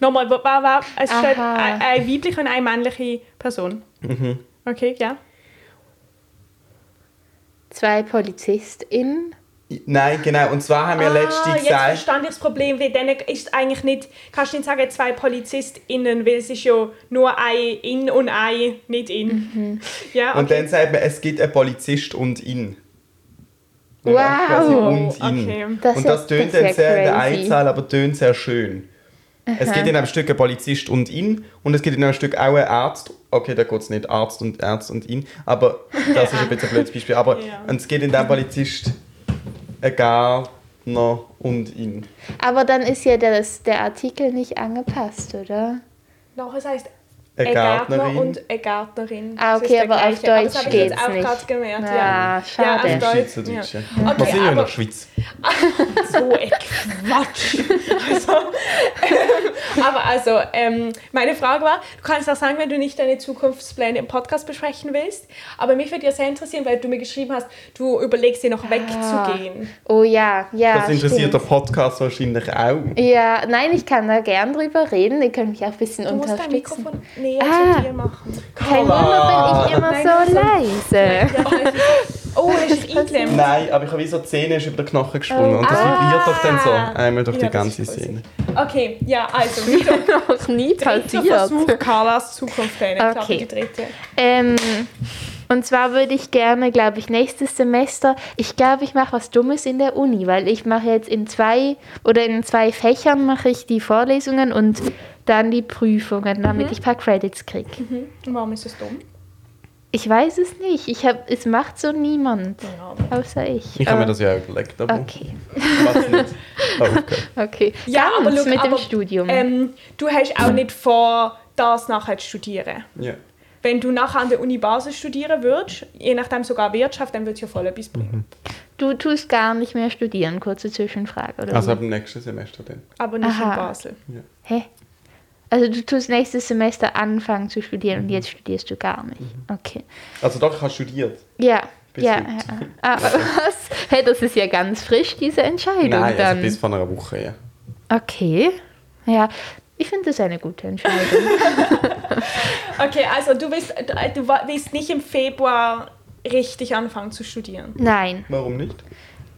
A: Nochmal, wa- wa- wa- es halt
B: Aha.
A: steht eine, eine weibliche und eine männliche Person.
C: Mhm.
A: Okay, ja.
B: Zwei PolizistInnen.
C: Nein, genau. Und zwar haben wir letztens
A: Ah, jetzt
C: gesagt,
A: verstand ich das Problem, weil dann ist es eigentlich nicht, kannst du nicht sagen zwei PolizistInnen, weil es ist ja nur ein in und ein nicht in. (laughs) Ja, okay.
C: und dann sagt man, es gibt einen Polizist und ihn.
B: Wow.
C: quasi
A: Oh,
C: und ihn.
A: okay.
B: Das
C: und
B: ist-
C: das
B: das
C: tönt
B: ist
C: dann
B: ja
C: sehr in der
B: crazy.
C: Einzahl, aber tönt sehr schön. Es gibt in einem Stück einen Polizist und ihn und es gibt in einem Stück auch einen Arzt. Okay, da geht es nicht, Arzt und Arzt und ihn, aber das ist ein bisschen ein blödes Beispiel.
A: (laughs)
C: Aber
A: Ja.
C: und es gibt in dem Polizist einen Gärtner und ihn.
B: Aber dann ist ja das, der Artikel nicht angepasst, oder?
A: Noch, es heißt
C: Eine
A: ein Gärtner
C: Gärtnerin.
A: und eine Gärtnerin.
B: Ah,
A: Das
B: okay,
A: ist der
B: aber auf
A: gleiche. Aber das
B: Deutsch
A: habe ich jetzt
B: geht's
A: auch
B: nicht.
A: gerade gemerkt,
B: Ah,
A: ja.
B: schade.
A: Ja,
C: Im
A: auf Deutsch.
C: Schweizerdeutsch.
A: Ja.
C: Ja.
A: Okay,
C: Wir sind ja in
A: aber-
C: der Schweiz.
A: so ein Quatsch. Also, ähm, aber also, ähm, meine Frage war, du kannst auch sagen, wenn du nicht deine Zukunftspläne im Podcast besprechen willst, aber mich würde ja sehr interessieren, weil du mir geschrieben hast, du überlegst dir
B: Ah.
A: noch wegzugehen.
B: Oh ja, ja.
C: Das interessiert
B: stimmt.
C: der Podcast wahrscheinlich auch.
B: Ja, nein, ich kann da gern drüber reden. Ihr könnt mich auch ein bisschen
A: Du musst dein
B: unterstützen.
A: Mikrofon näher
B: Ah.
A: zu dir machen.
B: Kein Wunder, bin ich immer
A: (laughs)
B: so leise.
A: Ja, vielleicht- oh, das
B: (laughs)
A: ist eingeklemmt.
C: Nein, aber ich habe wie so die Szene ist über den Knochen gesprungen
B: Oh.
C: und das
B: Ah.
C: vibriert Also, doch dann so einmal durch
A: Ja,
C: die
A: das
C: ganze
A: ist gruselig.
C: Szene.
A: Okay, ja, also,
B: (laughs)
A: wieder
B: Noch nie
A: dritter Versuch, Carlas Zukunftspläne. Ich glaube,
B: Okay.
A: die dritte.
B: Ähm, und zwar würde ich gerne, glaube ich, nächstes Semester, ich glaube, ich mache was Dummes in der Uni, weil ich mache jetzt in zwei oder in zwei Fächern mache ich die Vorlesungen und dann die Prüfungen, damit
A: Mhm.
B: ich ein paar Credits kriege.
A: Und warum ist das dumm?
B: Ich weiß es nicht. Ich hab, es macht so niemand,
A: Ja, aber-
B: außer ich.
C: Ich habe mir
B: Aber-
C: das ja auch überlegt, aber
B: Okay, (laughs)
C: was nicht. Oh, okay.
B: okay.
A: Ja,
B: Ganz
A: aber look,
B: mit
A: aber,
B: dem Studium.
A: Ähm, du hast auch nicht vor, das nachher zu studieren.
C: Ja.
A: Wenn du nachher an der Uni Basel studieren würdest, je nachdem sogar Wirtschaft, dann würde es ja voll etwas bringen.
B: du tust gar nicht mehr studieren, kurze Zwischenfrage, oder?
C: Also
B: wie?
C: ab dem nächsten Semester dann.
A: Aber nicht
B: Aha.
A: in Basel.
B: Hä? Also du tust nächstes Semester anfangen zu studieren und
C: Mhm.
B: jetzt studierst du gar nicht. Okay.
C: Also doch, ich habe studiert.
B: Ja.
C: Bis
B: ja,
C: heute.
B: ja. Ah,
C: (laughs)
B: was? Hey, das ist ja ganz frisch, diese Entscheidung
C: Nein, also
B: dann.
C: bis vor einer Woche, ja.
B: okay. Ja, ich finde das eine gute
C: (laughs)
B: Entscheidung.
A: Okay, also du willst, du du willst nicht im Februar richtig anfangen zu studieren.
B: Nein.
C: Warum nicht?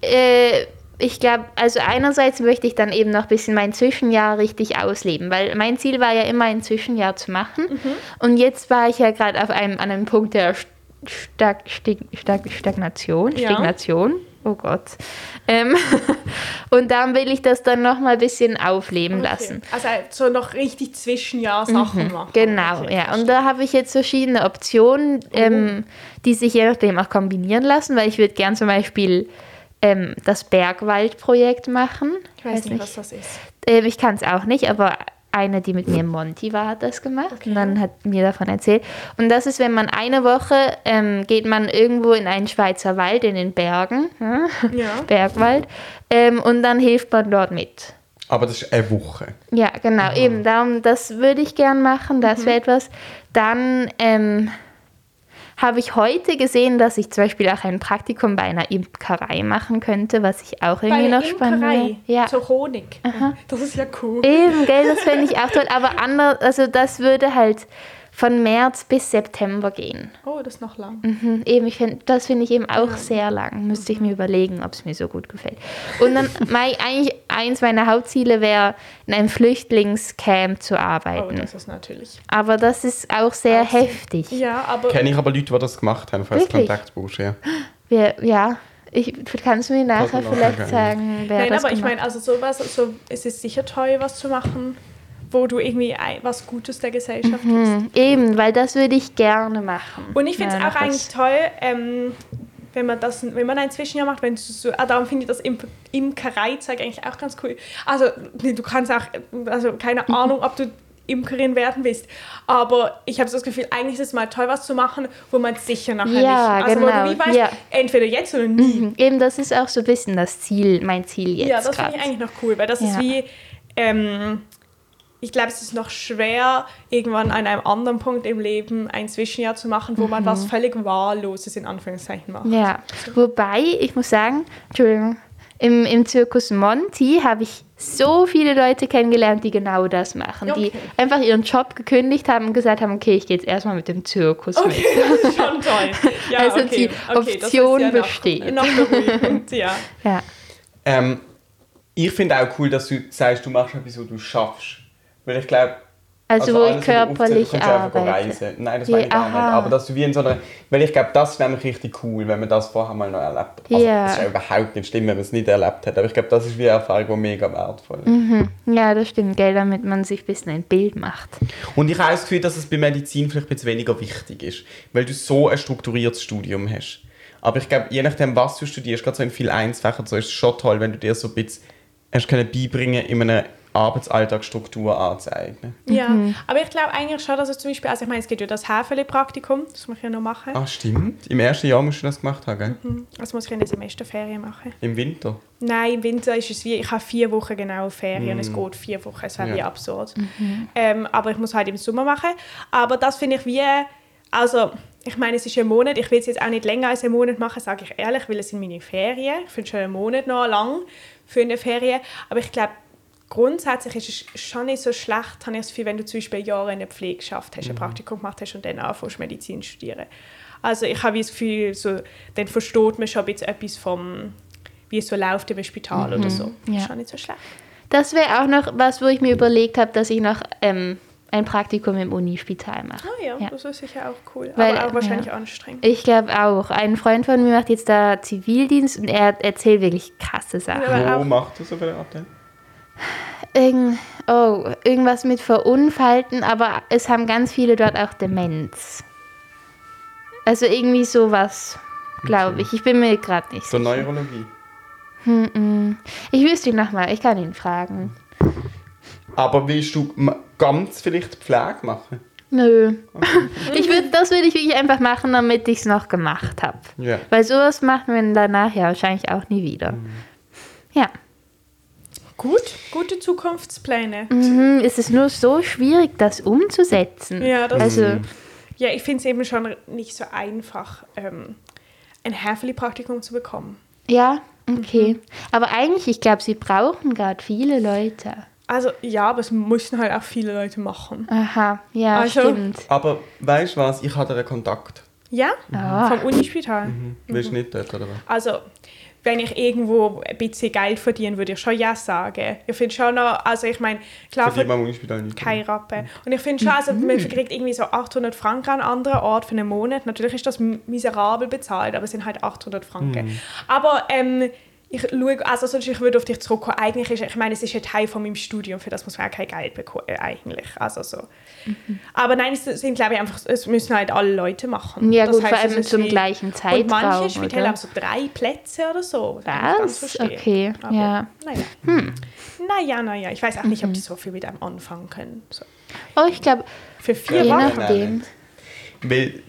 B: Äh, ich glaube, also einerseits möchte ich dann eben noch ein bisschen mein Zwischenjahr richtig ausleben, weil mein Ziel war ja immer ein Zwischenjahr zu machen.
A: Mhm.
B: Und jetzt war ich ja gerade auf einem, an einem Punkt der Stag, Stag, Stag, Stagnation.
A: Ja.
B: Stagnation. Oh Gott. Ähm, (laughs) und dann will ich das dann noch mal ein bisschen aufleben lassen.
A: Okay. Also so noch richtig Zwischenjahr-Sachen machen.
B: Genau,
A: Okay. Mhm.
B: ja. Und da habe ich jetzt verschiedene Optionen, ähm, die sich je nachdem auch kombinieren lassen, weil ich würde gern zum Beispiel ähm, das Bergwaldprojekt machen. Also
A: Ich weiß nicht, was das ist.
B: Ähm, ich kann es auch nicht, aber eine, die mit mir im Monty war, hat das gemacht und dann hat mir davon erzählt. Und das ist, wenn man eine Woche ähm, geht man irgendwo in einen Schweizer Wald, in den Bergen, hm?
A: Ja.
B: Bergwald, ähm, und dann hilft man dort mit.
C: Aber das ist eine Woche.
B: Ja, genau, eben. Darum, das würde ich gern machen, das
A: Mhm.
B: wäre etwas. Dann ähm, habe ich heute gesehen, dass ich zum Beispiel auch ein Praktikum bei einer Imkerei machen könnte, was ich auch
A: Bei
B: irgendwie
A: einer
B: noch spannend
A: Imkerei,
B: wäre. Ja.
A: so Honig. Das ist ja cool.
B: Eben, gell, das fände ich auch toll. Aber anders, also das würde halt von März bis September gehen.
A: Oh, das ist noch lang.
B: Mhm, eben, ich find, das finde ich eben auch
A: Mhm.
B: sehr lang. Müsste ich mir überlegen, ob es mir so gut gefällt. Und dann, mein, eigentlich eins meiner Hauptziele wäre, in einem Flüchtlingscamp zu
A: Oh,
B: arbeiten.
A: das ist natürlich.
B: Aber das ist auch sehr heftig.
A: Also, Ja, aber
C: Kenne ich aber Leute, die das gemacht haben, falls du
B: Wirklich?
C: Kontakt brauchst, ja.
B: Wir, ja, ich, kannst du mir nachher
C: Kannst du mir nachher
B: vielleicht
C: sagen.
B: sagen, wer
A: Nein,
B: das genau.
A: aber ich
B: gemacht
A: meine, also sowas, so, es ist sicher toll, was zu machen, wo du irgendwie ein, was Gutes der Gesellschaft tust.
B: hat? Eben, weil das würde ich gerne machen.
A: Und ich finde es
B: Mhm. Ja,
A: auch
B: noch
A: eigentlich
B: was.
A: toll, ähm, wenn man das, wenn man ein Zwischenjahr macht, wenn du so, ah, darum finde ich das im, Imkereizeug eigentlich auch ganz cool. Also nee, du kannst auch, also keine
B: Mhm.
A: Ahnung, ob du Imkerin werden willst, aber ich habe so das Gefühl, eigentlich ist es mal toll, was zu machen, wo man es sicher nachher
B: Ja,
A: nicht, also wo
B: genau,
A: du wie weißt,
B: ja.
A: entweder jetzt oder nie.
B: Mhm, Eben, das ist auch so ein bisschen das Ziel, mein Ziel jetzt.
A: Ja, das finde
B: grad.
A: ich eigentlich noch cool, weil das ist
B: Ja.
A: wie, ähm, ich glaube, es ist noch schwer, irgendwann an einem anderen Punkt im Leben ein Zwischenjahr zu machen, wo man was völlig Wahlloses in Anführungszeichen macht.
B: Mhm. Ja, wobei ich muss sagen, Entschuldigung, im, im Zirkus Monty habe ich so viele Leute kennengelernt, die genau das machen,
A: Okay.
B: die einfach ihren Job gekündigt haben und gesagt haben, okay, ich gehe jetzt erstmal mit dem Zirkus
A: Okay,
B: mit.
A: (laughs) das ist schon toll. Ja,
B: Also die
A: das ist
B: Option
A: ja noch-
B: besteht.
A: Noch beruhigend,
B: (laughs)
A: ja.
B: Ja.
C: Ähm, ich finde auch cool, dass du sagst, du machst etwas, was du schaffst. Weil ich glaube,
B: Also, wo ich körperlich arbeite.
C: reisen. Nein, das
B: Je-
C: meine ich gar nicht.
B: aha.
C: Aber dass du wie in so einer, weil ich glaube, das ist nämlich richtig cool, wenn man das vorher mal noch erlebt. Also,
B: Ja.
C: Das ist ja überhaupt nicht schlimm, wenn man es nicht erlebt hat. Aber ich glaube, das ist wie eine Erfahrung, die mega wertvoll ist.
B: ja, das stimmt, gell, damit man sich ein bisschen ein Bild macht.
C: Und ich habe auch das Gefühl, dass es bei Medizin vielleicht ein bisschen weniger wichtig ist, weil du so ein strukturiertes Studium hast. Aber ich glaube, je nachdem, was du studierst, gerade so in viel 1 Fächern, so ist es schon toll, wenn du dir so ein bisschen hast können beibringen, in einem Arbeitsalltag Struktur anzueignen.
A: Ja,
B: Mhm.
A: aber ich glaube eigentlich schon, dass es zum Beispiel, also ich meine, es gibt ja das Hefele-Praktikum, das muss ich ja noch machen.
C: Ah, stimmt. Im ersten Jahr musst du das gemacht haben, gell?
A: Das muss ich in der Semesterferien machen.
C: Im Winter.
A: Nein, im Winter ist es wie, ich habe vier Wochen genau Ferien, es
B: Mhm.
A: geht vier Wochen, es wäre
C: Ja.
A: wie absurd. Ähm, aber ich muss halt im Sommer machen. Aber das finde ich wie, also ich meine, es ist ein Monat, ich will es jetzt auch nicht länger als einen Monat machen, sage ich ehrlich, weil es sind meine Ferien. Ich finde schon einen Monat noch lang für eine Ferien. Aber ich glaube, grundsätzlich ist es schon nicht so schlecht, habe ich das Gefühl, wenn du zum Beispiel Jahre in der Pflege geschafft hast, ein Praktikum gemacht hast und dann anfängst Medizin zu studieren. Also ich habe wie das Gefühl, so, dann versteht man schon ein bisschen etwas vom wie es so läuft im Spital oder so.
B: Ja.
A: Ist schon nicht so schlecht.
B: Das wäre auch noch was, wo ich mir überlegt habe, dass ich noch ähm, ein Praktikum im Unispital mache.
A: Ah ja,
B: Ja.
A: das ist sicher auch cool.
B: Weil,
A: aber auch wahrscheinlich
B: ja.
A: anstrengend.
B: Ich glaube auch. Ein Freund von mir macht jetzt da Zivildienst und er erzählt wirklich krasse Sachen.
A: Aber
C: Wo
A: auch-
C: machst du so viele Abteilungen?
B: Irgend, oh, irgendwas mit Verunfallten, aber es haben ganz viele dort auch Demenz. Also irgendwie sowas, glaube ich. Ich bin mir gerade nicht
C: So
B: sicher.
C: Neurologie.
B: Ich wüsste ihn nochmal, ich kann ihn fragen.
C: Aber willst du m- ganz vielleicht Pflege machen?
B: Nö. Ich würd, das würde ich wirklich einfach machen, damit ich es noch gemacht habe.
C: Ja.
B: Weil sowas macht man danach ja wahrscheinlich auch nie wieder. Ja. Äh,
A: Gut, gute Zukunftspläne.
B: Mhm, es ist nur so schwierig, das umzusetzen.
A: Ja, das-
B: also,
A: Ja, ich finde es eben schon nicht so einfach, ähm, ein Häfeli-Praktikum zu bekommen.
B: ja, okay. Aber eigentlich, ich glaube, sie brauchen gerade viele Leute.
A: Also ja, aber es müssen halt auch viele Leute machen.
B: Aha, ja,
A: Also-
B: stimmt.
C: Aber weißt du was? Ich hatte einen Kontakt.
A: Ja?
B: Ah.
A: Vom Unispital.
C: Willst du nicht dort, oder was?
A: Also, wenn ich irgendwo ein bisschen Geld verdiene, würde ich schon ja sagen. Ich finde schon noch, also ich meine, klar,
C: Verdient man im Unispital nicht.
A: kein Rappen. Und ich finde schon, also, man kriegt irgendwie so 800 Franken an einem anderen Ort für einen Monat. Natürlich ist das m- miserabel bezahlt, aber es sind halt 800 Franken. Aber ähm, ich schaue, also sonst ich würde auf dich zurückkommen. Eigentlich ist, ich meine, es ist ein Teil von meinem Studium, für das muss man auch kein Geld bekommen, äh, eigentlich. Also so. Aber nein, es sind, glaube ich, einfach, es müssen halt alle Leute machen.
B: Ja, gut, vor
A: es
B: allem
A: ist
B: zum
A: wie-
B: gleichen
A: Und manche
B: Zeitraum,
A: Spitäler
B: oder?
A: haben so Also drei Plätze oder so. was ich nicht ganz
B: Was?
A: verstehe.
B: Okay,
A: Aber,
B: ja. Hm. Mhm.
A: Naja. naja, naja. Ich weiß auch nicht, ob die so viel mit einem anfangen können. So.
B: Oh, ich glaube,
A: Für
C: Ja,
A: vier
B: je
C: Nein,
A: Wochen.
B: nachdem.
C: Weil, äh,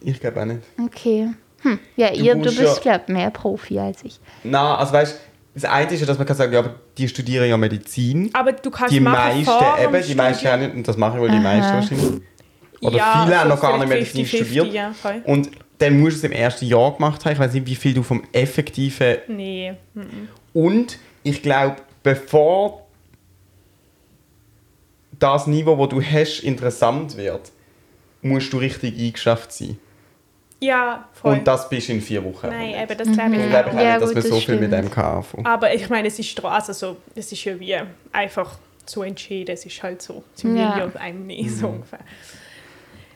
C: ich glaube auch nicht.
B: Okay. Hm. Ja, ihr, du
C: musst
B: bist,
C: ja-
B: glaube mehr Profi als ich.
C: Na, also weißt du, das eine ist ja, dass man kann sagen, ja, aber die studieren ja Medizin.
A: Aber du kannst
C: die
A: machen
C: meisten
A: vor dem
C: eben, die meisten
A: Studium.
C: auch nicht, und das machen wohl die meisten wahrscheinlich. Oder
A: Ja,
C: viele haben noch gar nicht
A: vielleicht
C: Medizin
A: 50-50,
C: studiert.
A: ja, voll.
C: und dann musst du es im ersten Jahr gemacht haben. Ich weiß nicht, wie viel du vom effektiven
A: Nee. Hm.
C: Und ich glaube, bevor das Niveau, das du hast, interessant wird, musst du richtig eingeschafft sein.
A: Ja, voll.
C: Und das bist in vier Wochen.
A: Nein, eben, das glaube ich
C: Ich
A: auch.
C: glaube
B: Mhm. Ja,
C: nicht, dass
B: gut,
C: wir so
B: das
C: viel mit
B: stimmt.
C: dem anfangen.
A: Aber ich meine, es ist, tro- also so, es ist ja wie einfach so entschieden. Es ist halt so. Sie will
B: Ja.
A: ja einem
C: Mhm.
A: nie so ungefähr.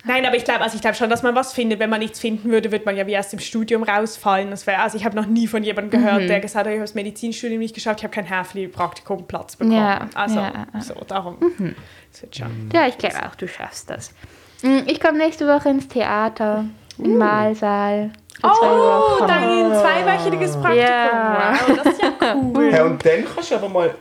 A: Nein, aber ich glaube also ich glaub schon, dass man was findet. Wenn man nichts finden würde, würde man ja wie erst im Studium rausfallen. Das wär, also ich habe noch nie von jemandem
B: Mhm.
A: gehört, der gesagt hat, ich habe das Medizinstudium nicht geschafft, ich habe kein Häfli-Praktikum Platz bekommen.
B: Ja,
A: Also,
B: ja. Mhm.
A: so, darum. Das wird schon.
C: Mhm.
B: Ja, ich glaube auch, du schaffst das. Hm, Ich komme nächste Woche ins Theater, im Mahlsaal. für zwei
A: Oh,
B: Wochen.
A: dein zweiwöchiges Praktikum.
B: Ja.
A: Wow, das ist
C: (laughs)
A: ja cool.
C: Ja, und dann kannst du aber mal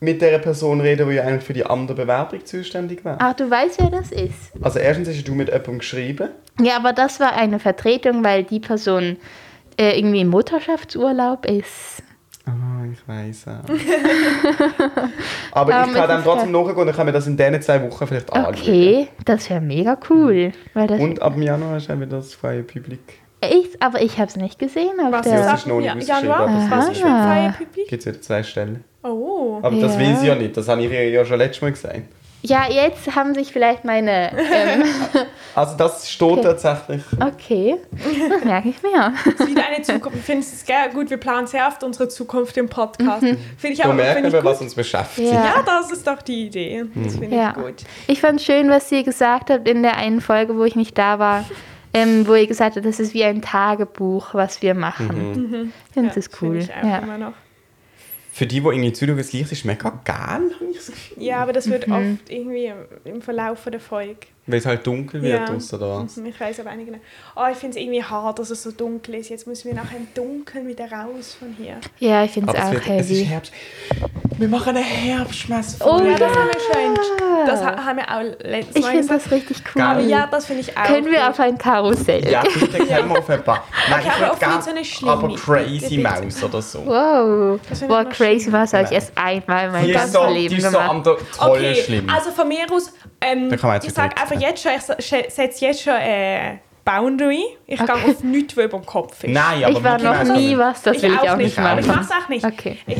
C: mit der Person reden, die ja eigentlich für die andere Bewerbung zuständig war.
B: Ach, du weißt, wer das ist.
C: Also erstens hast du mit jemandem geschrieben.
B: Ja, aber das war eine Vertretung, weil die Person äh, irgendwie im Mutterschaftsurlaub ist.
C: Ah, ich weiß
B: (laughs)
C: auch. Aber
B: Ähm,
C: ich kann
B: es
C: dann
B: ist
C: trotzdem nachgehen und ich kann mir das in diesen zwei Wochen vielleicht
B: Okay, das wäre mega cool. Weil das
C: Und ab dem Januar ist eben das freie Publikum.
B: ich, aber ich habe es nicht gesehen. Auf
A: Was
C: Ja,
B: der,
C: ist noch nicht
A: Ja, Januar,
C: ausgeschrieben,
B: Ah.
C: aber
A: was
C: es
A: ist
C: ist
A: für
B: schon-
A: freie Publik?
C: Gibt es wieder zwei Stellen.
A: Oh.
C: Aber das
B: Ja.
C: will sie ja nicht, das habe ich ihr ja schon letztes Mal gesagt.
B: ja, jetzt haben sich vielleicht meine. Ähm,
C: Also das steht
B: Okay.
C: tatsächlich.
B: okay, das merke ich mir.
A: Es ist wieder eine Zukunft. Ich finde es sehr gut. Wir planen sehr oft unsere Zukunft im Podcast. Finde ich
C: Wir
A: aber
C: merken,
A: finde ich
C: wir,
A: gut.
C: was uns Mhm. beschäftigt.
B: Mhm. Ja.
A: Ja, das ist doch die Idee. Das finde
B: Ja.
A: ich gut.
B: Ich fand schön, was ihr gesagt habt in der einen Folge, wo ich nicht da
C: (laughs)
B: war, ähm, wo ihr gesagt habt, das ist wie ein Tagebuch, was wir
C: Mhm.
B: machen. Ich finde
A: Mhm. Ja,
B: das
A: finde
B: cool.
A: Ich auch
B: ja.
A: immer noch.
C: Für die, die irgendwie Zürich das gleiche ist, mega geil, habe ich das Gefühl.
A: ja, aber das wird
B: Mhm.
A: oft irgendwie im- im Verlauf der Folge.
C: Weil es halt dunkel wird
A: Ja.
C: draussen da.
A: Mhm, Ich weiß aber einige. Oh, ich finde es irgendwie hart, dass es so dunkel ist. Jetzt müssen wir nachher im Dunkeln wieder raus von hier.
B: ja, ich finde es
C: Aber es,
B: auch
C: wird, es ist
B: heavy.
C: Herbst. Wir machen eine Herbstmesse.
B: Oh
A: ja, das
B: ja.
A: haben wir schön. Das ha- haben wir auch letztes
B: Ich
A: Mal
B: finde
A: gesagt.
B: das richtig cool.
A: Aber ja, das finde ich auch.
B: Können wir
A: gut.
B: auf ein Karussell?
C: Ja, bitte können wir auf ein
A: (laughs)
C: paar.
A: aber
C: Nein, ich würde
A: auf jeden
C: gerne,
A: so eine Schlinge.
C: aber Crazy
A: Bitte. Oh,
C: Maus oder
B: (laughs)
C: so.
B: Wow.
A: Das finde ich
B: Boah,
A: noch
B: crazy
A: schlimm.
B: was habe ich
C: Nein.
B: erst einmal mein
C: Die ist
B: ganzes
C: so, die
B: Leben
C: ist so
B: gemacht.
C: am do- toll
A: Okay,
C: schlimm.
A: also von mir aus, ähm,
C: Da kann man jetzt
A: ich
C: wieder
A: sage einfach
C: wegrennen.
A: jetzt schon, ich setze jetzt schon äh, Boundary. Ich gehe auf nichts, was über dem Kopf ist.
C: Nein, aber
B: ich war
C: Mickey
B: noch
C: Mouse
B: nie
C: kann-
B: was, das will ich auch nicht
A: aber
B: machen.
A: Ich mache es auch nicht.
B: Okay.
A: Ich,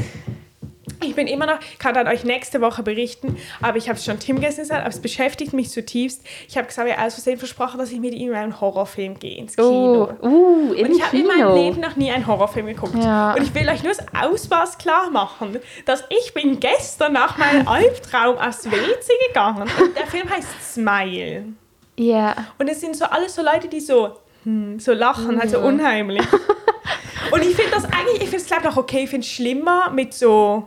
A: ich bin immer noch, kann dann euch nächste Woche berichten, aber ich habe es schon Tim gestern gesagt, aber es beschäftigt mich zutiefst. Ich habe gesagt, ich aus Versehen versprochen, dass ich mit ihm in einen Horrorfilm gehe, ins Kino.
B: Oh, uh, im
A: Und ich habe in
B: Kino.
A: meinem Leben noch nie einen Horrorfilm geguckt.
B: Ja.
A: Und ich will euch nur das Ausmaß klar machen, dass ich bin gestern nach meinem
B: (laughs)
A: Albtraum aufs WC gegangen. Und der Film heißt Smile.
B: ja.
A: Und es sind so alles so Leute, die so, hm, so lachen, halt so
B: (laughs)
A: unheimlich. Und ich finde das eigentlich, ich finde es glaube noch okay, ich finde es schlimmer mit so,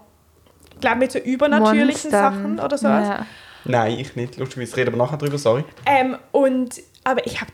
A: glaube mit so übernatürlichen
B: Monstern.
A: Sachen oder sowas.
B: Ja.
C: Nein, ich nicht. Lustigerweise reden wir nachher drüber, sorry.
A: Ähm, und, aber ich habe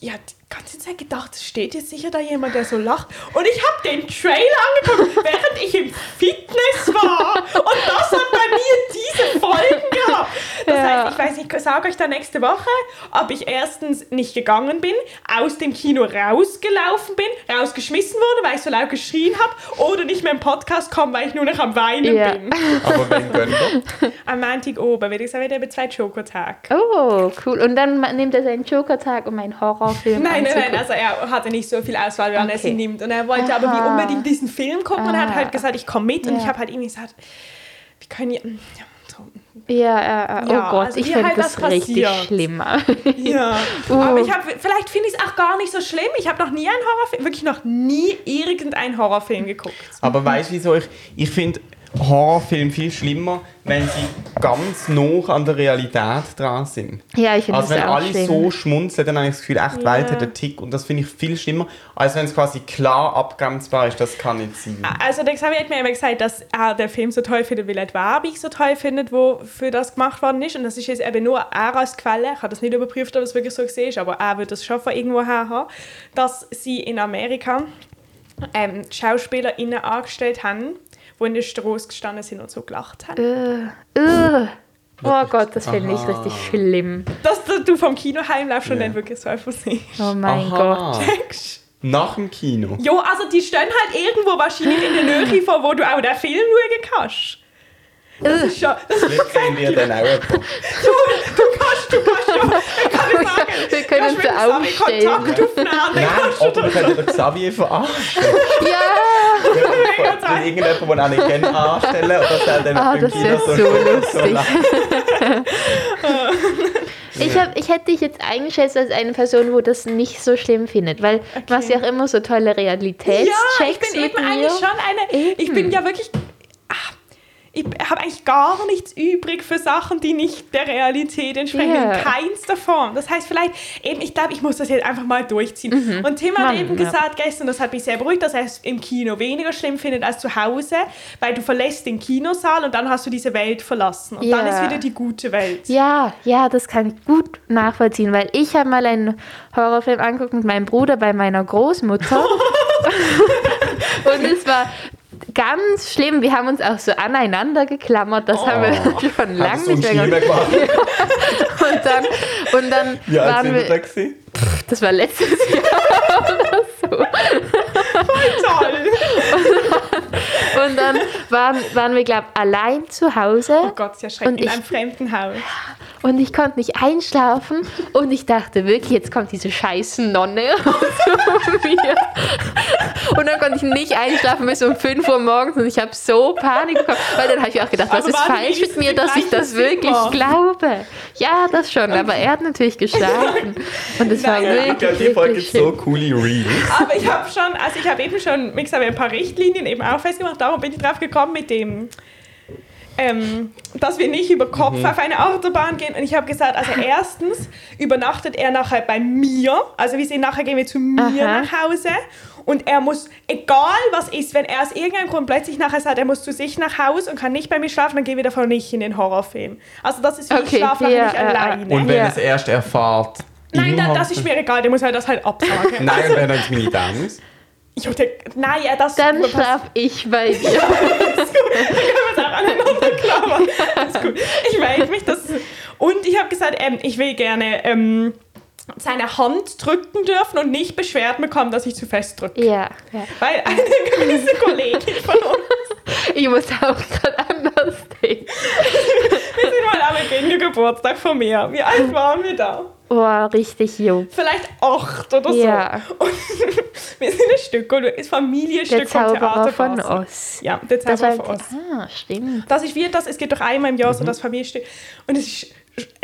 A: ja, die ganze Zeit gedacht, es steht jetzt sicher da jemand, der so lacht. Und ich habe den Trailer
B: (laughs)
A: angeguckt, während ich im Fitness war. Und das hat bei mir diese Folgen gehabt. Das
B: Ja.
A: heißt, ich weiß nicht, ich sage euch da nächste Woche, ob ich erstens nicht gegangen bin, aus dem Kino rausgelaufen bin, rausgeschmissen wurde, weil ich so laut geschrien habe, oder nicht mehr im Podcast komme, weil ich nur noch am Weinen
B: Ja.
A: bin.
C: Aber wenn gönnen wir.
A: Am Montag oben, weil ich sagen, wieder über zwei Schokotage.
B: Oh, cool. Und dann ma- nimmt er seinen Joker-Tag, um einen Horrorfilm
A: Nein, nein, nein,
B: anzugucken.
A: also er hatte nicht so viel Auswahl, wie er
B: Okay.
A: sie nimmt. Und er wollte aber wie
B: Aha.
A: unbedingt diesen Film gucken und er hat
B: Ah.
A: halt gesagt, ich komme mit. Und
B: Ja.
A: ich habe halt irgendwie gesagt, wir können ja... hm, ja, so.
B: Ja, ja, ja. oh
A: Ja,
B: Gott,
A: also
B: ich
A: ihr
B: finde
A: halt
B: das
A: was
B: richtig
A: passiert.
B: schlimm.
A: Ja, (laughs)
B: Oh.
A: aber ich habe, vielleicht finde ich es auch gar nicht so schlimm. Ich habe noch nie einen Horrorfilm, wirklich noch nie irgendeinen Horrorfilm geguckt.
C: Aber weißt du, wieso ich. Ich finde Horrorfilme viel schlimmer, wenn sie ganz nah an der Realität dran sind.
B: (laughs) Ja, ich finde
C: Also,
B: das
C: wenn
B: auch
C: alle
B: schlimm.
C: so schmunzeln, dann habe ich das Gefühl, echt, Welt
A: Ja.
C: hat einen Tick. Und das finde ich viel schlimmer, als wenn es quasi klar abgrenzbar ist. Das kann nicht sein.
B: Ah,
A: Also der Xavier hat mir immer gesagt, dass er den Film so toll findet, weil er die Werbung so toll findet, wo für das gemacht worden ist. Und das ist jetzt eben nur er als Quelle. Ich habe das nicht überprüft, ob es wirklich so gesehen ist, aber er wird das schon von irgendwo her haben, dass sie in Amerika ähm, die SchauspielerInnen angestellt haben, die in der Straße gestanden sind und so gelacht haben.
B: Äh, äh. Oh Gott, das finde ich
C: Aha.
B: richtig schlimm.
A: Dass du du vom Kino heimlaufst und
C: Ja.
A: dann wirklich so einfach siehst.
B: Oh mein Gott.
C: Aha.
A: Denkst.
C: Nach
B: (laughs)
C: dem Kino.
A: Jo, also die stehen halt irgendwo wahrscheinlich in der Nähe von, wo du auch den Film schauen kannst. Das ist schon... Das ist
C: Jetzt sehen wir dann
B: (laughs)
C: auch etwas.
A: Du, du kannst, du kannst ja. Ich kann nicht
B: (laughs)
A: sagen.
B: Wir können
A: du
B: uns da aufstellen.
A: Kontakt aufnehmen.
C: Nein,
A: Dann kannst du
C: oder wir
A: das.
C: können den Xavier verarschen.
B: Ja,
A: Mega
C: Wenn
A: sein.
C: irgendjemand, den er nicht kennt, anstellen. Oder soll dann
B: Ah,
C: im
B: das
C: Kino
B: wär so
C: schön-
B: lustig.
C: lachen.
B: ich, hab, ich hätte dich jetzt eingeschätzt als eine Person, wo das nicht so schlimm findet, weil du machst ja auch immer so tolle
A: Ja,
B: Realitätschecks
A: ich bin
B: mit
A: eben
B: mir.
A: eigentlich schon eine. Ich
B: Eben.
A: bin ja wirklich. Ah, Ich habe eigentlich gar nichts übrig für Sachen, die nicht der Realität entsprechen.
B: Ja.
A: In keinster Form. Das heißt, vielleicht, eben, ich glaube, ich muss das jetzt einfach mal durchziehen. Und Tim hat
B: Mhm. Mann,
A: eben
B: ja.
A: gesagt gestern, das hat mich sehr beruhigt, dass er es im Kino weniger schlimm findet als zu Hause, weil du verlässt den Kinosaal und dann hast du diese Welt verlassen. Und dann
B: Ja.
A: ist wieder die gute Welt.
B: Ja, ja, das kann ich gut nachvollziehen, weil ich habe mal einen Horrorfilm angeguckt mit meinem Bruder bei meiner
C: (laughs)
B: Großmutter. Und es war ganz schlimm. Wir haben uns auch so aneinander geklammert. Das haben
C: Oh.
B: wir (laughs) schon
C: Hat
B: lange
C: es uns
B: nicht mehr
C: nie
B: gemacht.
C: mehr gemacht.
B: (laughs) Und dann, und dann
C: Wie alt
B: waren
C: sind wir da
B: wir.
C: gewesen?
B: Das war letztes Jahr.
A: Toll!
B: Und dann waren, waren wir, glaube ich, allein zu Hause.
A: Oh Gott, ist ja schrecklich.
B: Und
A: In
B: ich-
A: einem fremden Haus.
B: Und ich konnte nicht einschlafen und ich dachte wirklich, jetzt kommt diese scheiß Nonne (laughs) aus mir. Und dann konnte ich nicht einschlafen bis um 5 Uhr morgens und ich habe so Panik bekommen, weil dann habe ich auch gedacht, was
A: Aber
B: ist
A: waren Also die
B: falsch mit
A: wenigstens
B: mir,
A: im
B: dass ich
A: gleichen
B: das wirklich
A: Zimmer?
B: glaube. Ja, das schon, aber er hat natürlich geschlafen. Und es war
A: Nein.
C: Ich glaube,
B: wirklich,
C: die Folge
B: wirklich
C: ist so
B: schlimm.
C: coole Reels.
A: Aber ich habe schon, also ich habe eben schon, wie gesagt, ein paar Richtlinien eben auch festgemacht. Darum bin ich drauf gekommen mit dem, ähm, dass wir nicht über Kopf
B: Mhm.
A: auf eine Autobahn gehen. Und ich habe gesagt, also erstens übernachtet er nachher bei mir. Also wir sehen, nachher gehen wir zu mir
B: Aha.
A: nach Hause. Und er muss, egal was ist, wenn er aus irgendeinem Grund plötzlich nachher sagt, er muss zu sich nach Hause und kann nicht bei mir schlafen, dann gehen wir davon nicht in den Horrorfilm. Also das ist, wie ich
B: Okay,
A: schlafe
B: ja,
A: nicht
B: ja, ja.
A: alleine.
C: Und wenn
B: Ja.
C: es erst erfahrt.
A: Nein, da, das ist mir egal, der muss halt das halt
C: (laughs)
A: absagen.
C: Nein, und wenn dann ist meine Dance.
A: Ich hab gedacht, nein, ja, das
B: Dann
A: das- (laughs)
B: schlaf ich bei dir.
A: können wir es auch aneinander klammern. Alles gut. Ich weiß mich das. Und ich habe gesagt, ähm, ich will gerne ähm, seine Hand drücken dürfen und nicht beschwert bekommen, dass ich zu fest drücke.
B: Ja, ja.
A: Weil eine gewisse Kollegin von uns,
B: Ich muss auch gerade anders denken.
A: wir sind mal am gegen den Geburtstag von mir. Wie alt waren wir da?
B: Boah, richtig jung.
A: Vielleicht acht oder so.
B: Ja.
A: Und (laughs) wir sind ein Stück, und das Familienstück
B: Der Zauberer
A: vom
B: von
A: Theater.
B: Oz.
A: Ja, der
B: Das
A: Zauberer
B: war,
A: von Ost.
B: ah, stimmt.
A: Das ist wie das, es geht doch einmal im Jahr
C: Mhm.
A: so das Familienstück. Und es ist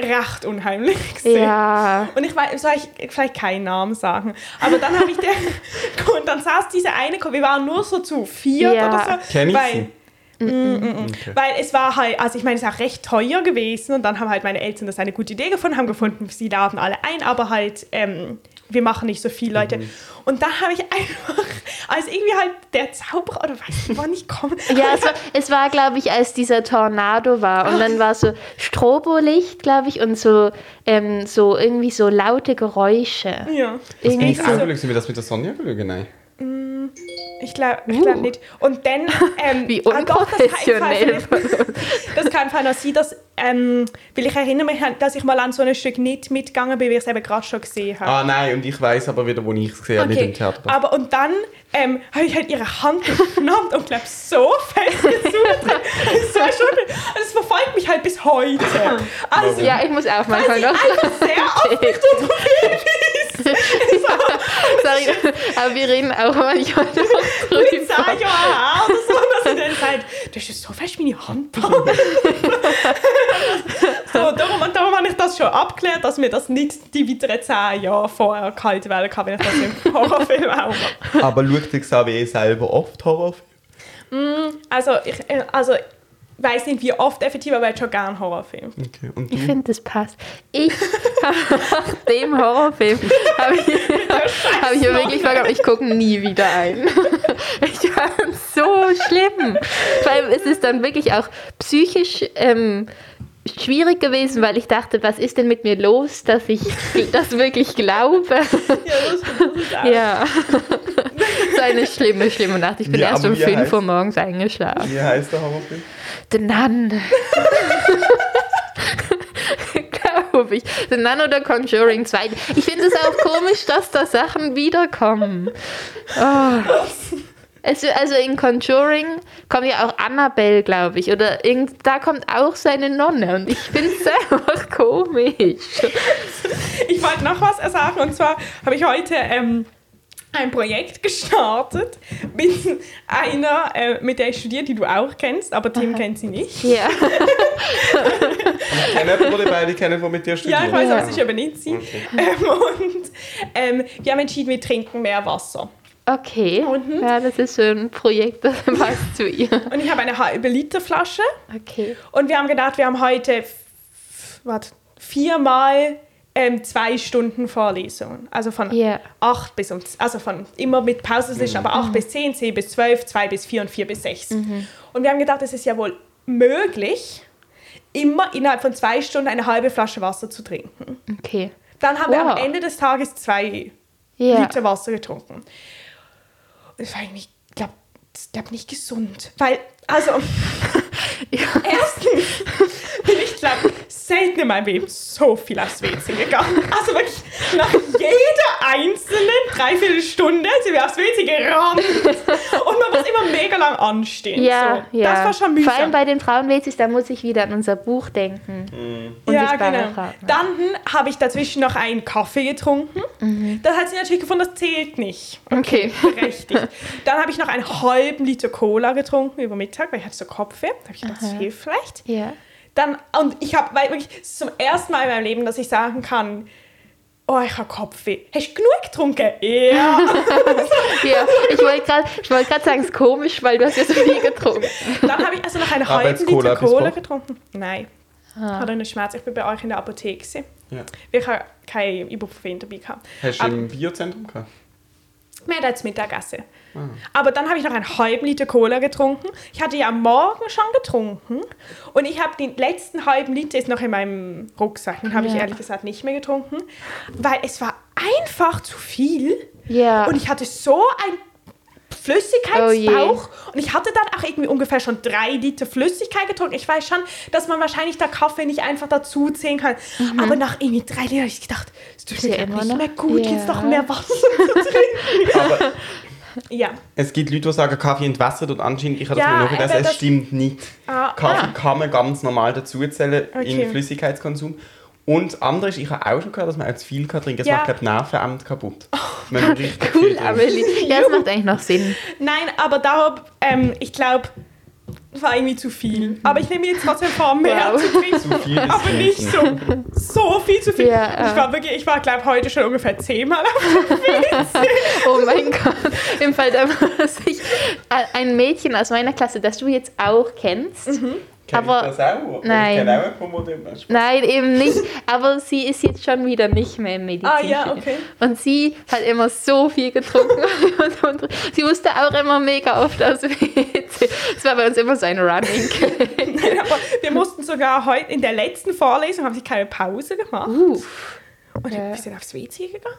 A: recht unheimlich. (laughs) gewesen.
B: Ja.
A: Und ich weiß, soll ich vielleicht keinen Namen sagen. Aber dann habe ich (laughs) der. Und dann saß diese eine, Ko- wir waren nur so zu viert
B: Ja.
A: oder so.
C: Kenn ich
A: weil, Mm,
C: sie? Mm,
A: Weil es war halt, also ich meine, es ist auch recht teuer gewesen. Und dann haben halt meine Eltern das eine gute Idee gefunden, haben gefunden, sie laden alle ein, aber halt. Ähm, wir machen nicht so
C: Mhm.
A: viel, Leute. Und dann habe ich (laughs) einfach, als irgendwie halt der Zauberer, oder weiß ich, wann ich komme.
B: Ja, es war, es war glaube ich, als dieser Tornado war. Und dann war so Strobolicht, glaube ich, und so, ähm, so irgendwie so laute Geräusche.
A: (laughs) Ja.
B: Irgendwie
C: Nicht
A: so.
C: auch Sind wir das mit der Sonja gelungen? Nein.
A: Ich glaube ich glaub
B: Uh.
A: nicht. Und
B: (laughs)
A: dann. Ähm,
B: Wie
A: ah, doch, das kann ich
B: unprofessionell.
A: Das kann einfach noch sein, dass, ähm, weil ich erinnere mich, dass ich mal an so ein Stück nicht mitgegangen bin, weil ich es eben gerade schon gesehen habe.
C: Ah nein, und ich weiß aber wieder, wo ich es gesehen habe, nicht im Theater.
A: aber und dann ähm, habe ich halt ihre Hand geknappt und glaube so fest gesucht. so schön. Und es verfolgt mich halt bis heute.
B: (laughs)
A: Also,
B: Ja, ich muss auch
A: weil
B: manchmal
A: sie
B: noch.
A: einfach sehr auf mich unterwegs
B: Sorry, aber wir reden auch manchmal noch
A: mit (laughs)
B: drüber.
A: Sayo oder so. Und dass sie
B: (laughs)
A: dann sagt, du hast so fest meine Hand genommen. (laughs) so, darum, und darum habe ich das schon abgeklärt, dass mir das nicht die weiteren zehn Jahre vorher kalt werden kann, wenn ich das
B: (laughs)
A: im Horrorfilm auch mache.
C: aber schaut der Xavier selber oft Horrorfilme?
A: Also, ich äh, also, ich weiß nicht, wie oft effektiv, aber ich schon gerne Horrorfilm.
C: Okay. Und
B: Ich
C: du?
B: finde, das passt. Ich, (laughs) nach dem Horrorfilm, habe ich, hab ich mir wirklich vorgenommen, ich gucke nie wieder ein. (laughs) Ich fand es so schlimm. Vor allem ist es dann wirklich auch psychisch ähm, schwierig gewesen, weil ich dachte, was ist denn mit mir los, dass ich das wirklich glaube?
A: (laughs) Ja, das stimmt, das ist auch.
B: Ja. (laughs) So eine schlimme, schlimme Nacht. Ich bin
C: Wie-
B: erst
C: aber
B: um
C: wie er
B: 5 Uhr
C: heißt?
B: morgens eingeschlafen.
C: Wie heißt der Horrorfilm?
B: The Nun. (laughs) Glaube ich. The Nun oder Conjuring 2. Ich finde es auch komisch, dass da Sachen wiederkommen. Oh. Es, also in Conjuring kommt ja auch Annabelle, glaube ich. Oder irgend, da kommt auch seine Nonne. Und ich finde es (laughs) einfach komisch.
A: Ich wollte noch was sagen und zwar habe ich heute ähm, ein Projekt gestartet mit einer, äh, mit der ich studiere, die du auch kennst, aber Tim kennt sie nicht.
B: Ja.
C: Kennen jemanden, den die beide kennen, der mit dir studiert?
A: Ja, ich weiß,
B: Ja.
A: aber es ist eben nicht sie.
C: Okay.
A: (laughs) Ähm, und ähm, wir haben entschieden, wir trinken mehr Wasser.
B: Okay.
A: Und?
B: Ja, das ist so ein Projekt, das passt zu ihr.
A: Und ich habe eine halbe Liter Flasche
B: Okay.
A: und wir haben gedacht, wir haben heute f- warte, viermal ähm, zwei Stunden Vorlesung. Also von
B: Ja. Mhm.
A: 8 bis um, also von immer mit Pause zwischen, aber 8 bis 10, 10 bis 12, 2 bis 4 und 4 bis 6. Und wir haben gedacht, es ist ja wohl möglich, immer innerhalb von zwei Stunden eine halbe Flasche Wasser zu trinken.
B: Okay.
A: Dann haben wir am
B: Wow.
A: Ende des Tages zwei
B: Ja.
A: Liter Wasser getrunken. Und das war irgendwie, ich glaube, glaub nicht gesund. Weil, also,
B: (laughs) Ja.
A: erstens bin ich, glaube ich, selten in meinem Leben so viel aufs WC gegangen. Also wirklich, nach jeder einzelnen Dreiviertelstunde sind wir aufs WC gerannt. Und man muss immer mega lang anstehen.
B: Ja,
A: so.
B: ja.
A: Das war schon
B: Vor allem
A: mühsam.
B: bei den Frauenwezis, da muss ich wieder an unser Buch denken. Und
A: Ja,
B: sich bei der
A: genau.
B: Frau-
A: Dann habe ich dazwischen noch einen Kaffee getrunken.
B: Mhm.
A: Das hat sie natürlich gefunden, das zählt nicht.
B: Okay.
A: Richtig. Dann habe ich noch einen halben Liter Cola getrunken über Mittag, weil ich hatte so Kopfweh. Da habe ich gedacht, das hilft vielleicht.
B: (laughs) Ja.
A: Dann, und ich habe weil wirklich es ist zum ersten Mal in meinem Leben, dass ich sagen kann, oh, ich habe Kopfweh. Hast du genug getrunken? Ja.
B: ja. Ich wollte gerade wollt grad sagen, es ist komisch, weil du hast ja so viel getrunken.
A: Dann habe ich also noch einen
C: Aber jetzt
A: halben Liter
C: Cola bis
A: Cola
C: hoch.
A: getrunken. Nein. Ich hatte einen Schmerz. Ich bin bei euch in der Apotheke. gewesen.
C: Ja.
A: Ich habe kein Ibuprofen dabei gehabt.
C: Hast du
A: Aber
C: im Biozentrum gehabt?
A: wir hatten jetzt Mittagessen. Aber dann habe ich noch einen halben Liter Cola getrunken. Ich hatte ja am Morgen schon getrunken. Und ich habe den letzten halben Liter ist noch in meinem Rucksack. Den habe ich
B: Ja.
A: ehrlich gesagt nicht mehr getrunken. Weil es war einfach zu viel.
B: Ja.
A: Und ich hatte so ein
B: Oh je.
A: Flüssigkeitsbauch und ich hatte dann auch irgendwie ungefähr schon drei Liter Flüssigkeit getrunken. Ich weiß schon, dass man wahrscheinlich da Kaffee nicht einfach dazu ziehen kann. Aber nach irgendwie drei Litern habe ich gedacht, es tut mir
B: Mhm. ja
A: grad
B: immer
A: nicht
B: noch-
A: mehr gut,
B: Ja.
A: jetzt noch mehr Wasser zu
B: (laughs)
A: trinken.
C: Aber
A: ja.
C: es gibt Leute, die sagen, Kaffee entwässert und anscheinend, ich habe das
A: Ja,
C: mal nachgelesen,
A: eben
C: es
A: das-
C: stimmt nicht.
A: Ah,
C: Kaffee kann man ganz normal dazuzählen
A: Okay.
C: im Flüssigkeitskonsum. Und das andere ist, ich habe auch schon gehört, dass man auch zu viel kann trinken kann. Es
A: Ja. Oh,
C: macht, glaube ich, Nervenämter kaputt.
A: (laughs)
C: Wenn man richtig viel
B: Cool,
C: trinkt.
B: Amelie. Ja, das macht eigentlich noch Sinn.
A: Nein, aber darum, ähm, ich glaube, es war irgendwie zu viel. Aber ich nehme mir jetzt trotzdem vor, mehr
B: Wow.
A: zu
C: (laughs)
A: trinken.
C: Zu viel ist
A: (laughs) Aber nicht
C: Grenzen.
A: so, so viel zu viel.
B: Ja, ja. äh.
A: Ich war wirklich, ich war, glaube heute schon ungefähr zehnmal auf
B: Oh mein (laughs) Gott. Im Fall, da muss ich ein Mädchen aus meiner Klasse, das du jetzt auch kennst.
C: Kennt
B: Aber-
C: das auch?
B: Nein.
C: Ich kenne auch jemanden, der das
B: Nein, eben nicht. Aber sie ist jetzt schon wieder nicht mehr im Medizin.
A: Ah, ja, okay.
B: Und sie hat immer so viel getrunken. (laughs) Und sie musste auch immer mega oft aus dem WC. Es war bei uns immer so ein Running.
A: (laughs) Aber wir mussten sogar heute in der letzten Vorlesung haben sie keine Pause gemacht.
B: Uh.
A: und
B: ja.
A: wir sind aufs WC gegangen.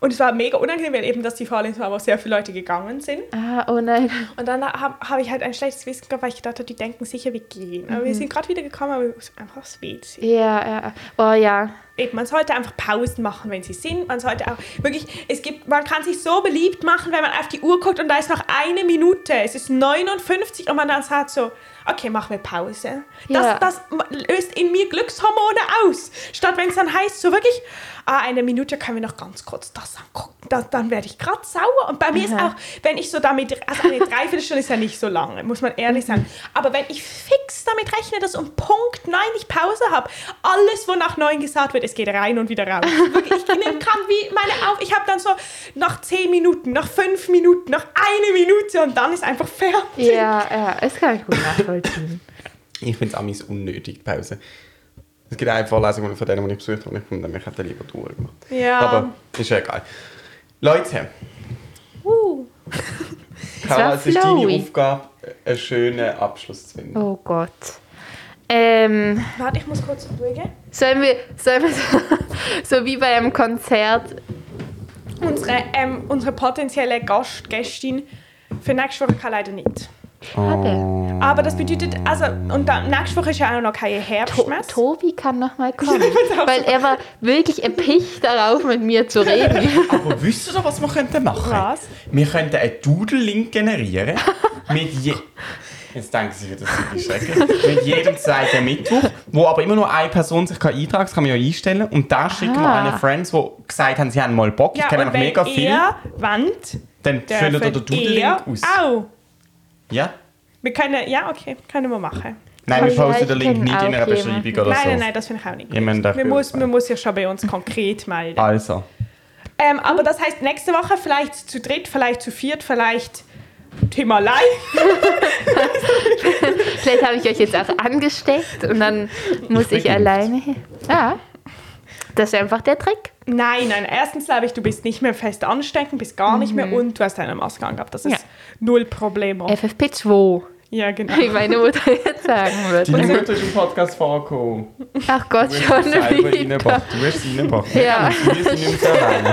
A: Und es war mega unangenehm, weil eben, dass die Vorlesung war, wo sehr viele Leute gegangen sind.
B: Ah, oh nein.
A: Und dann habe hab ich halt ein schlechtes Gewissen gehabt, weil ich gedacht habe, die denken sicher, wir gehen. Aber wir
B: Mhm.
A: sind gerade wieder gekommen, aber wir mussten einfach aufs WC.
B: Ja, ja. Oh ja.
A: Eben, man sollte einfach Pausen machen, wenn sie sind. Man sollte auch wirklich, es gibt, man kann sich so beliebt machen, wenn man auf die Uhr guckt und da ist noch eine Minute. Es ist 59 und man dann sagt so, okay, machen wir Pause.
B: Ja.
A: Das, das löst in mir Glückshormone aus. Statt wenn es dann heißt, so wirklich, ah, eine Minute können wir noch ganz kurz das angucken. Das, dann werde ich gerade sauer. Und bei mir ist auch, wenn ich so damit, also eine Dreiviertelstunde ist ja nicht so lange, muss man ehrlich sagen. Aber wenn ich fix damit rechne, dass um Punkt 9 ich Pause habe, alles, wo nach 9 gesagt wird, es geht rein und wieder raus. Wirklich, Ich nehme gerade wie meine auf. Ich habe dann so nach 10 Minuten, nach 5 Minuten, nach eine Minute und dann ist einfach fertig.
B: Ja, ja. Das kann ich gut nachvollziehen.
C: Ich finde es amis unnötig, die Pause. Es gibt eine Vorlesung von denen, die ich besucht habe, und ich finde, ich hätte lieber die Uhr gemacht.
A: Ja.
C: Aber ist ja egal. Leute,
A: Uh.
C: Carla,
B: war
C: es ist
B: flowy.
C: deine Aufgabe, einen schönen Abschluss zu finden.
B: Oh Gott. Ähm,
A: Warte, ich muss kurz schauen.
B: sollen wir, sollen wir (laughs) so, so wie bei einem Konzert
A: Unsere, ähm, unsere potenzielle Gast, Gästin für nächste Woche kann leider nicht.
B: Schade.
A: Aber das bedeutet, also, und dann, nächste Woche ist ja auch noch keine
B: To
A: Herbstmesse.
B: Tobi kann nochmal kommen, weil er war wirklich erpicht darauf, mit mir zu reden.
C: Aber wisst ihr, was wir könnten machen?
A: Was?
C: Wir könnten einen Doodle-Link generieren.
A: (laughs)
C: mit je Jetzt denken sie wieder, das ist schrecklich. Mit jedem zweiten Mittwoch, wo aber immer nur eine Person sich kann eintragen kann, das kann man ja einstellen. Und da schicken wir
B: Ah.
C: an Friends, die gesagt haben, sie haben mal Bock. ich kenne
A: und
C: einfach mega
A: wenn
C: viel.
A: ihr wollt,
C: Dann füllt ihr den
A: dürft ihr
C: Doodle-Link aus.
A: auch.
C: Ja?
A: Wir können, ja, okay, können wir machen.
C: Nein, wir
B: Aber
C: posten den
B: vielleicht
C: Link nicht in
B: kennen
C: einer
B: auch jemand.
C: Beschreibung oder
A: nein,
C: so.
A: nein, nein, das finde ich auch nicht.
C: Also, Ich meine, da-
A: man, muss, man muss ja schon bei uns konkret melden.
C: Also,
A: Ähm, aber das heißt, nächste Woche vielleicht zu dritt, vielleicht zu viert, vielleicht Thema Live.
B: Vielleicht habe ich euch jetzt auch angesteckt und dann muss
C: Ich
B: ich
C: bin
B: alleine hin. Ja, das ist einfach der Trick.
A: Nein, nein. Erstens glaube ich, du bist nicht mehr fest ansteckend, bist gar nicht mehr und du hast deine Maske angehabt. Das ist
B: Ja.
A: null Problemo.
B: FFP 2,
A: ja,
B: (laughs)
A: genau.
B: wie meine Mutter jetzt sagen
C: die
B: würde.
C: Mutter ist im Podcast vorgekommen.
B: Ach Gott,
C: Du
B: schon
C: hast selber
B: wieder.
C: reingebracht. Du hast sie reingebracht.
B: Ja.
C: Wir sind nicht mehr alleine.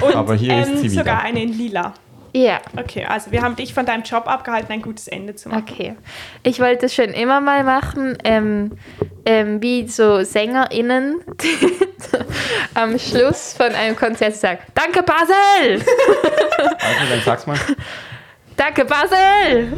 A: Und ähm,
C: Aber hier ist sie wieder.
A: sogar eine in lila.
B: Ja,
A: Okay, also wir haben dich von deinem Job abgehalten, ein gutes Ende zu machen.
B: okay. Ich wollte es schon immer mal machen. Ähm, ähm, wie so SängerInnen (laughs) die am Schluss von einem Konzert sagen: Danke, Basel!
C: Also, dann sag's mal.
B: Danke, Basel!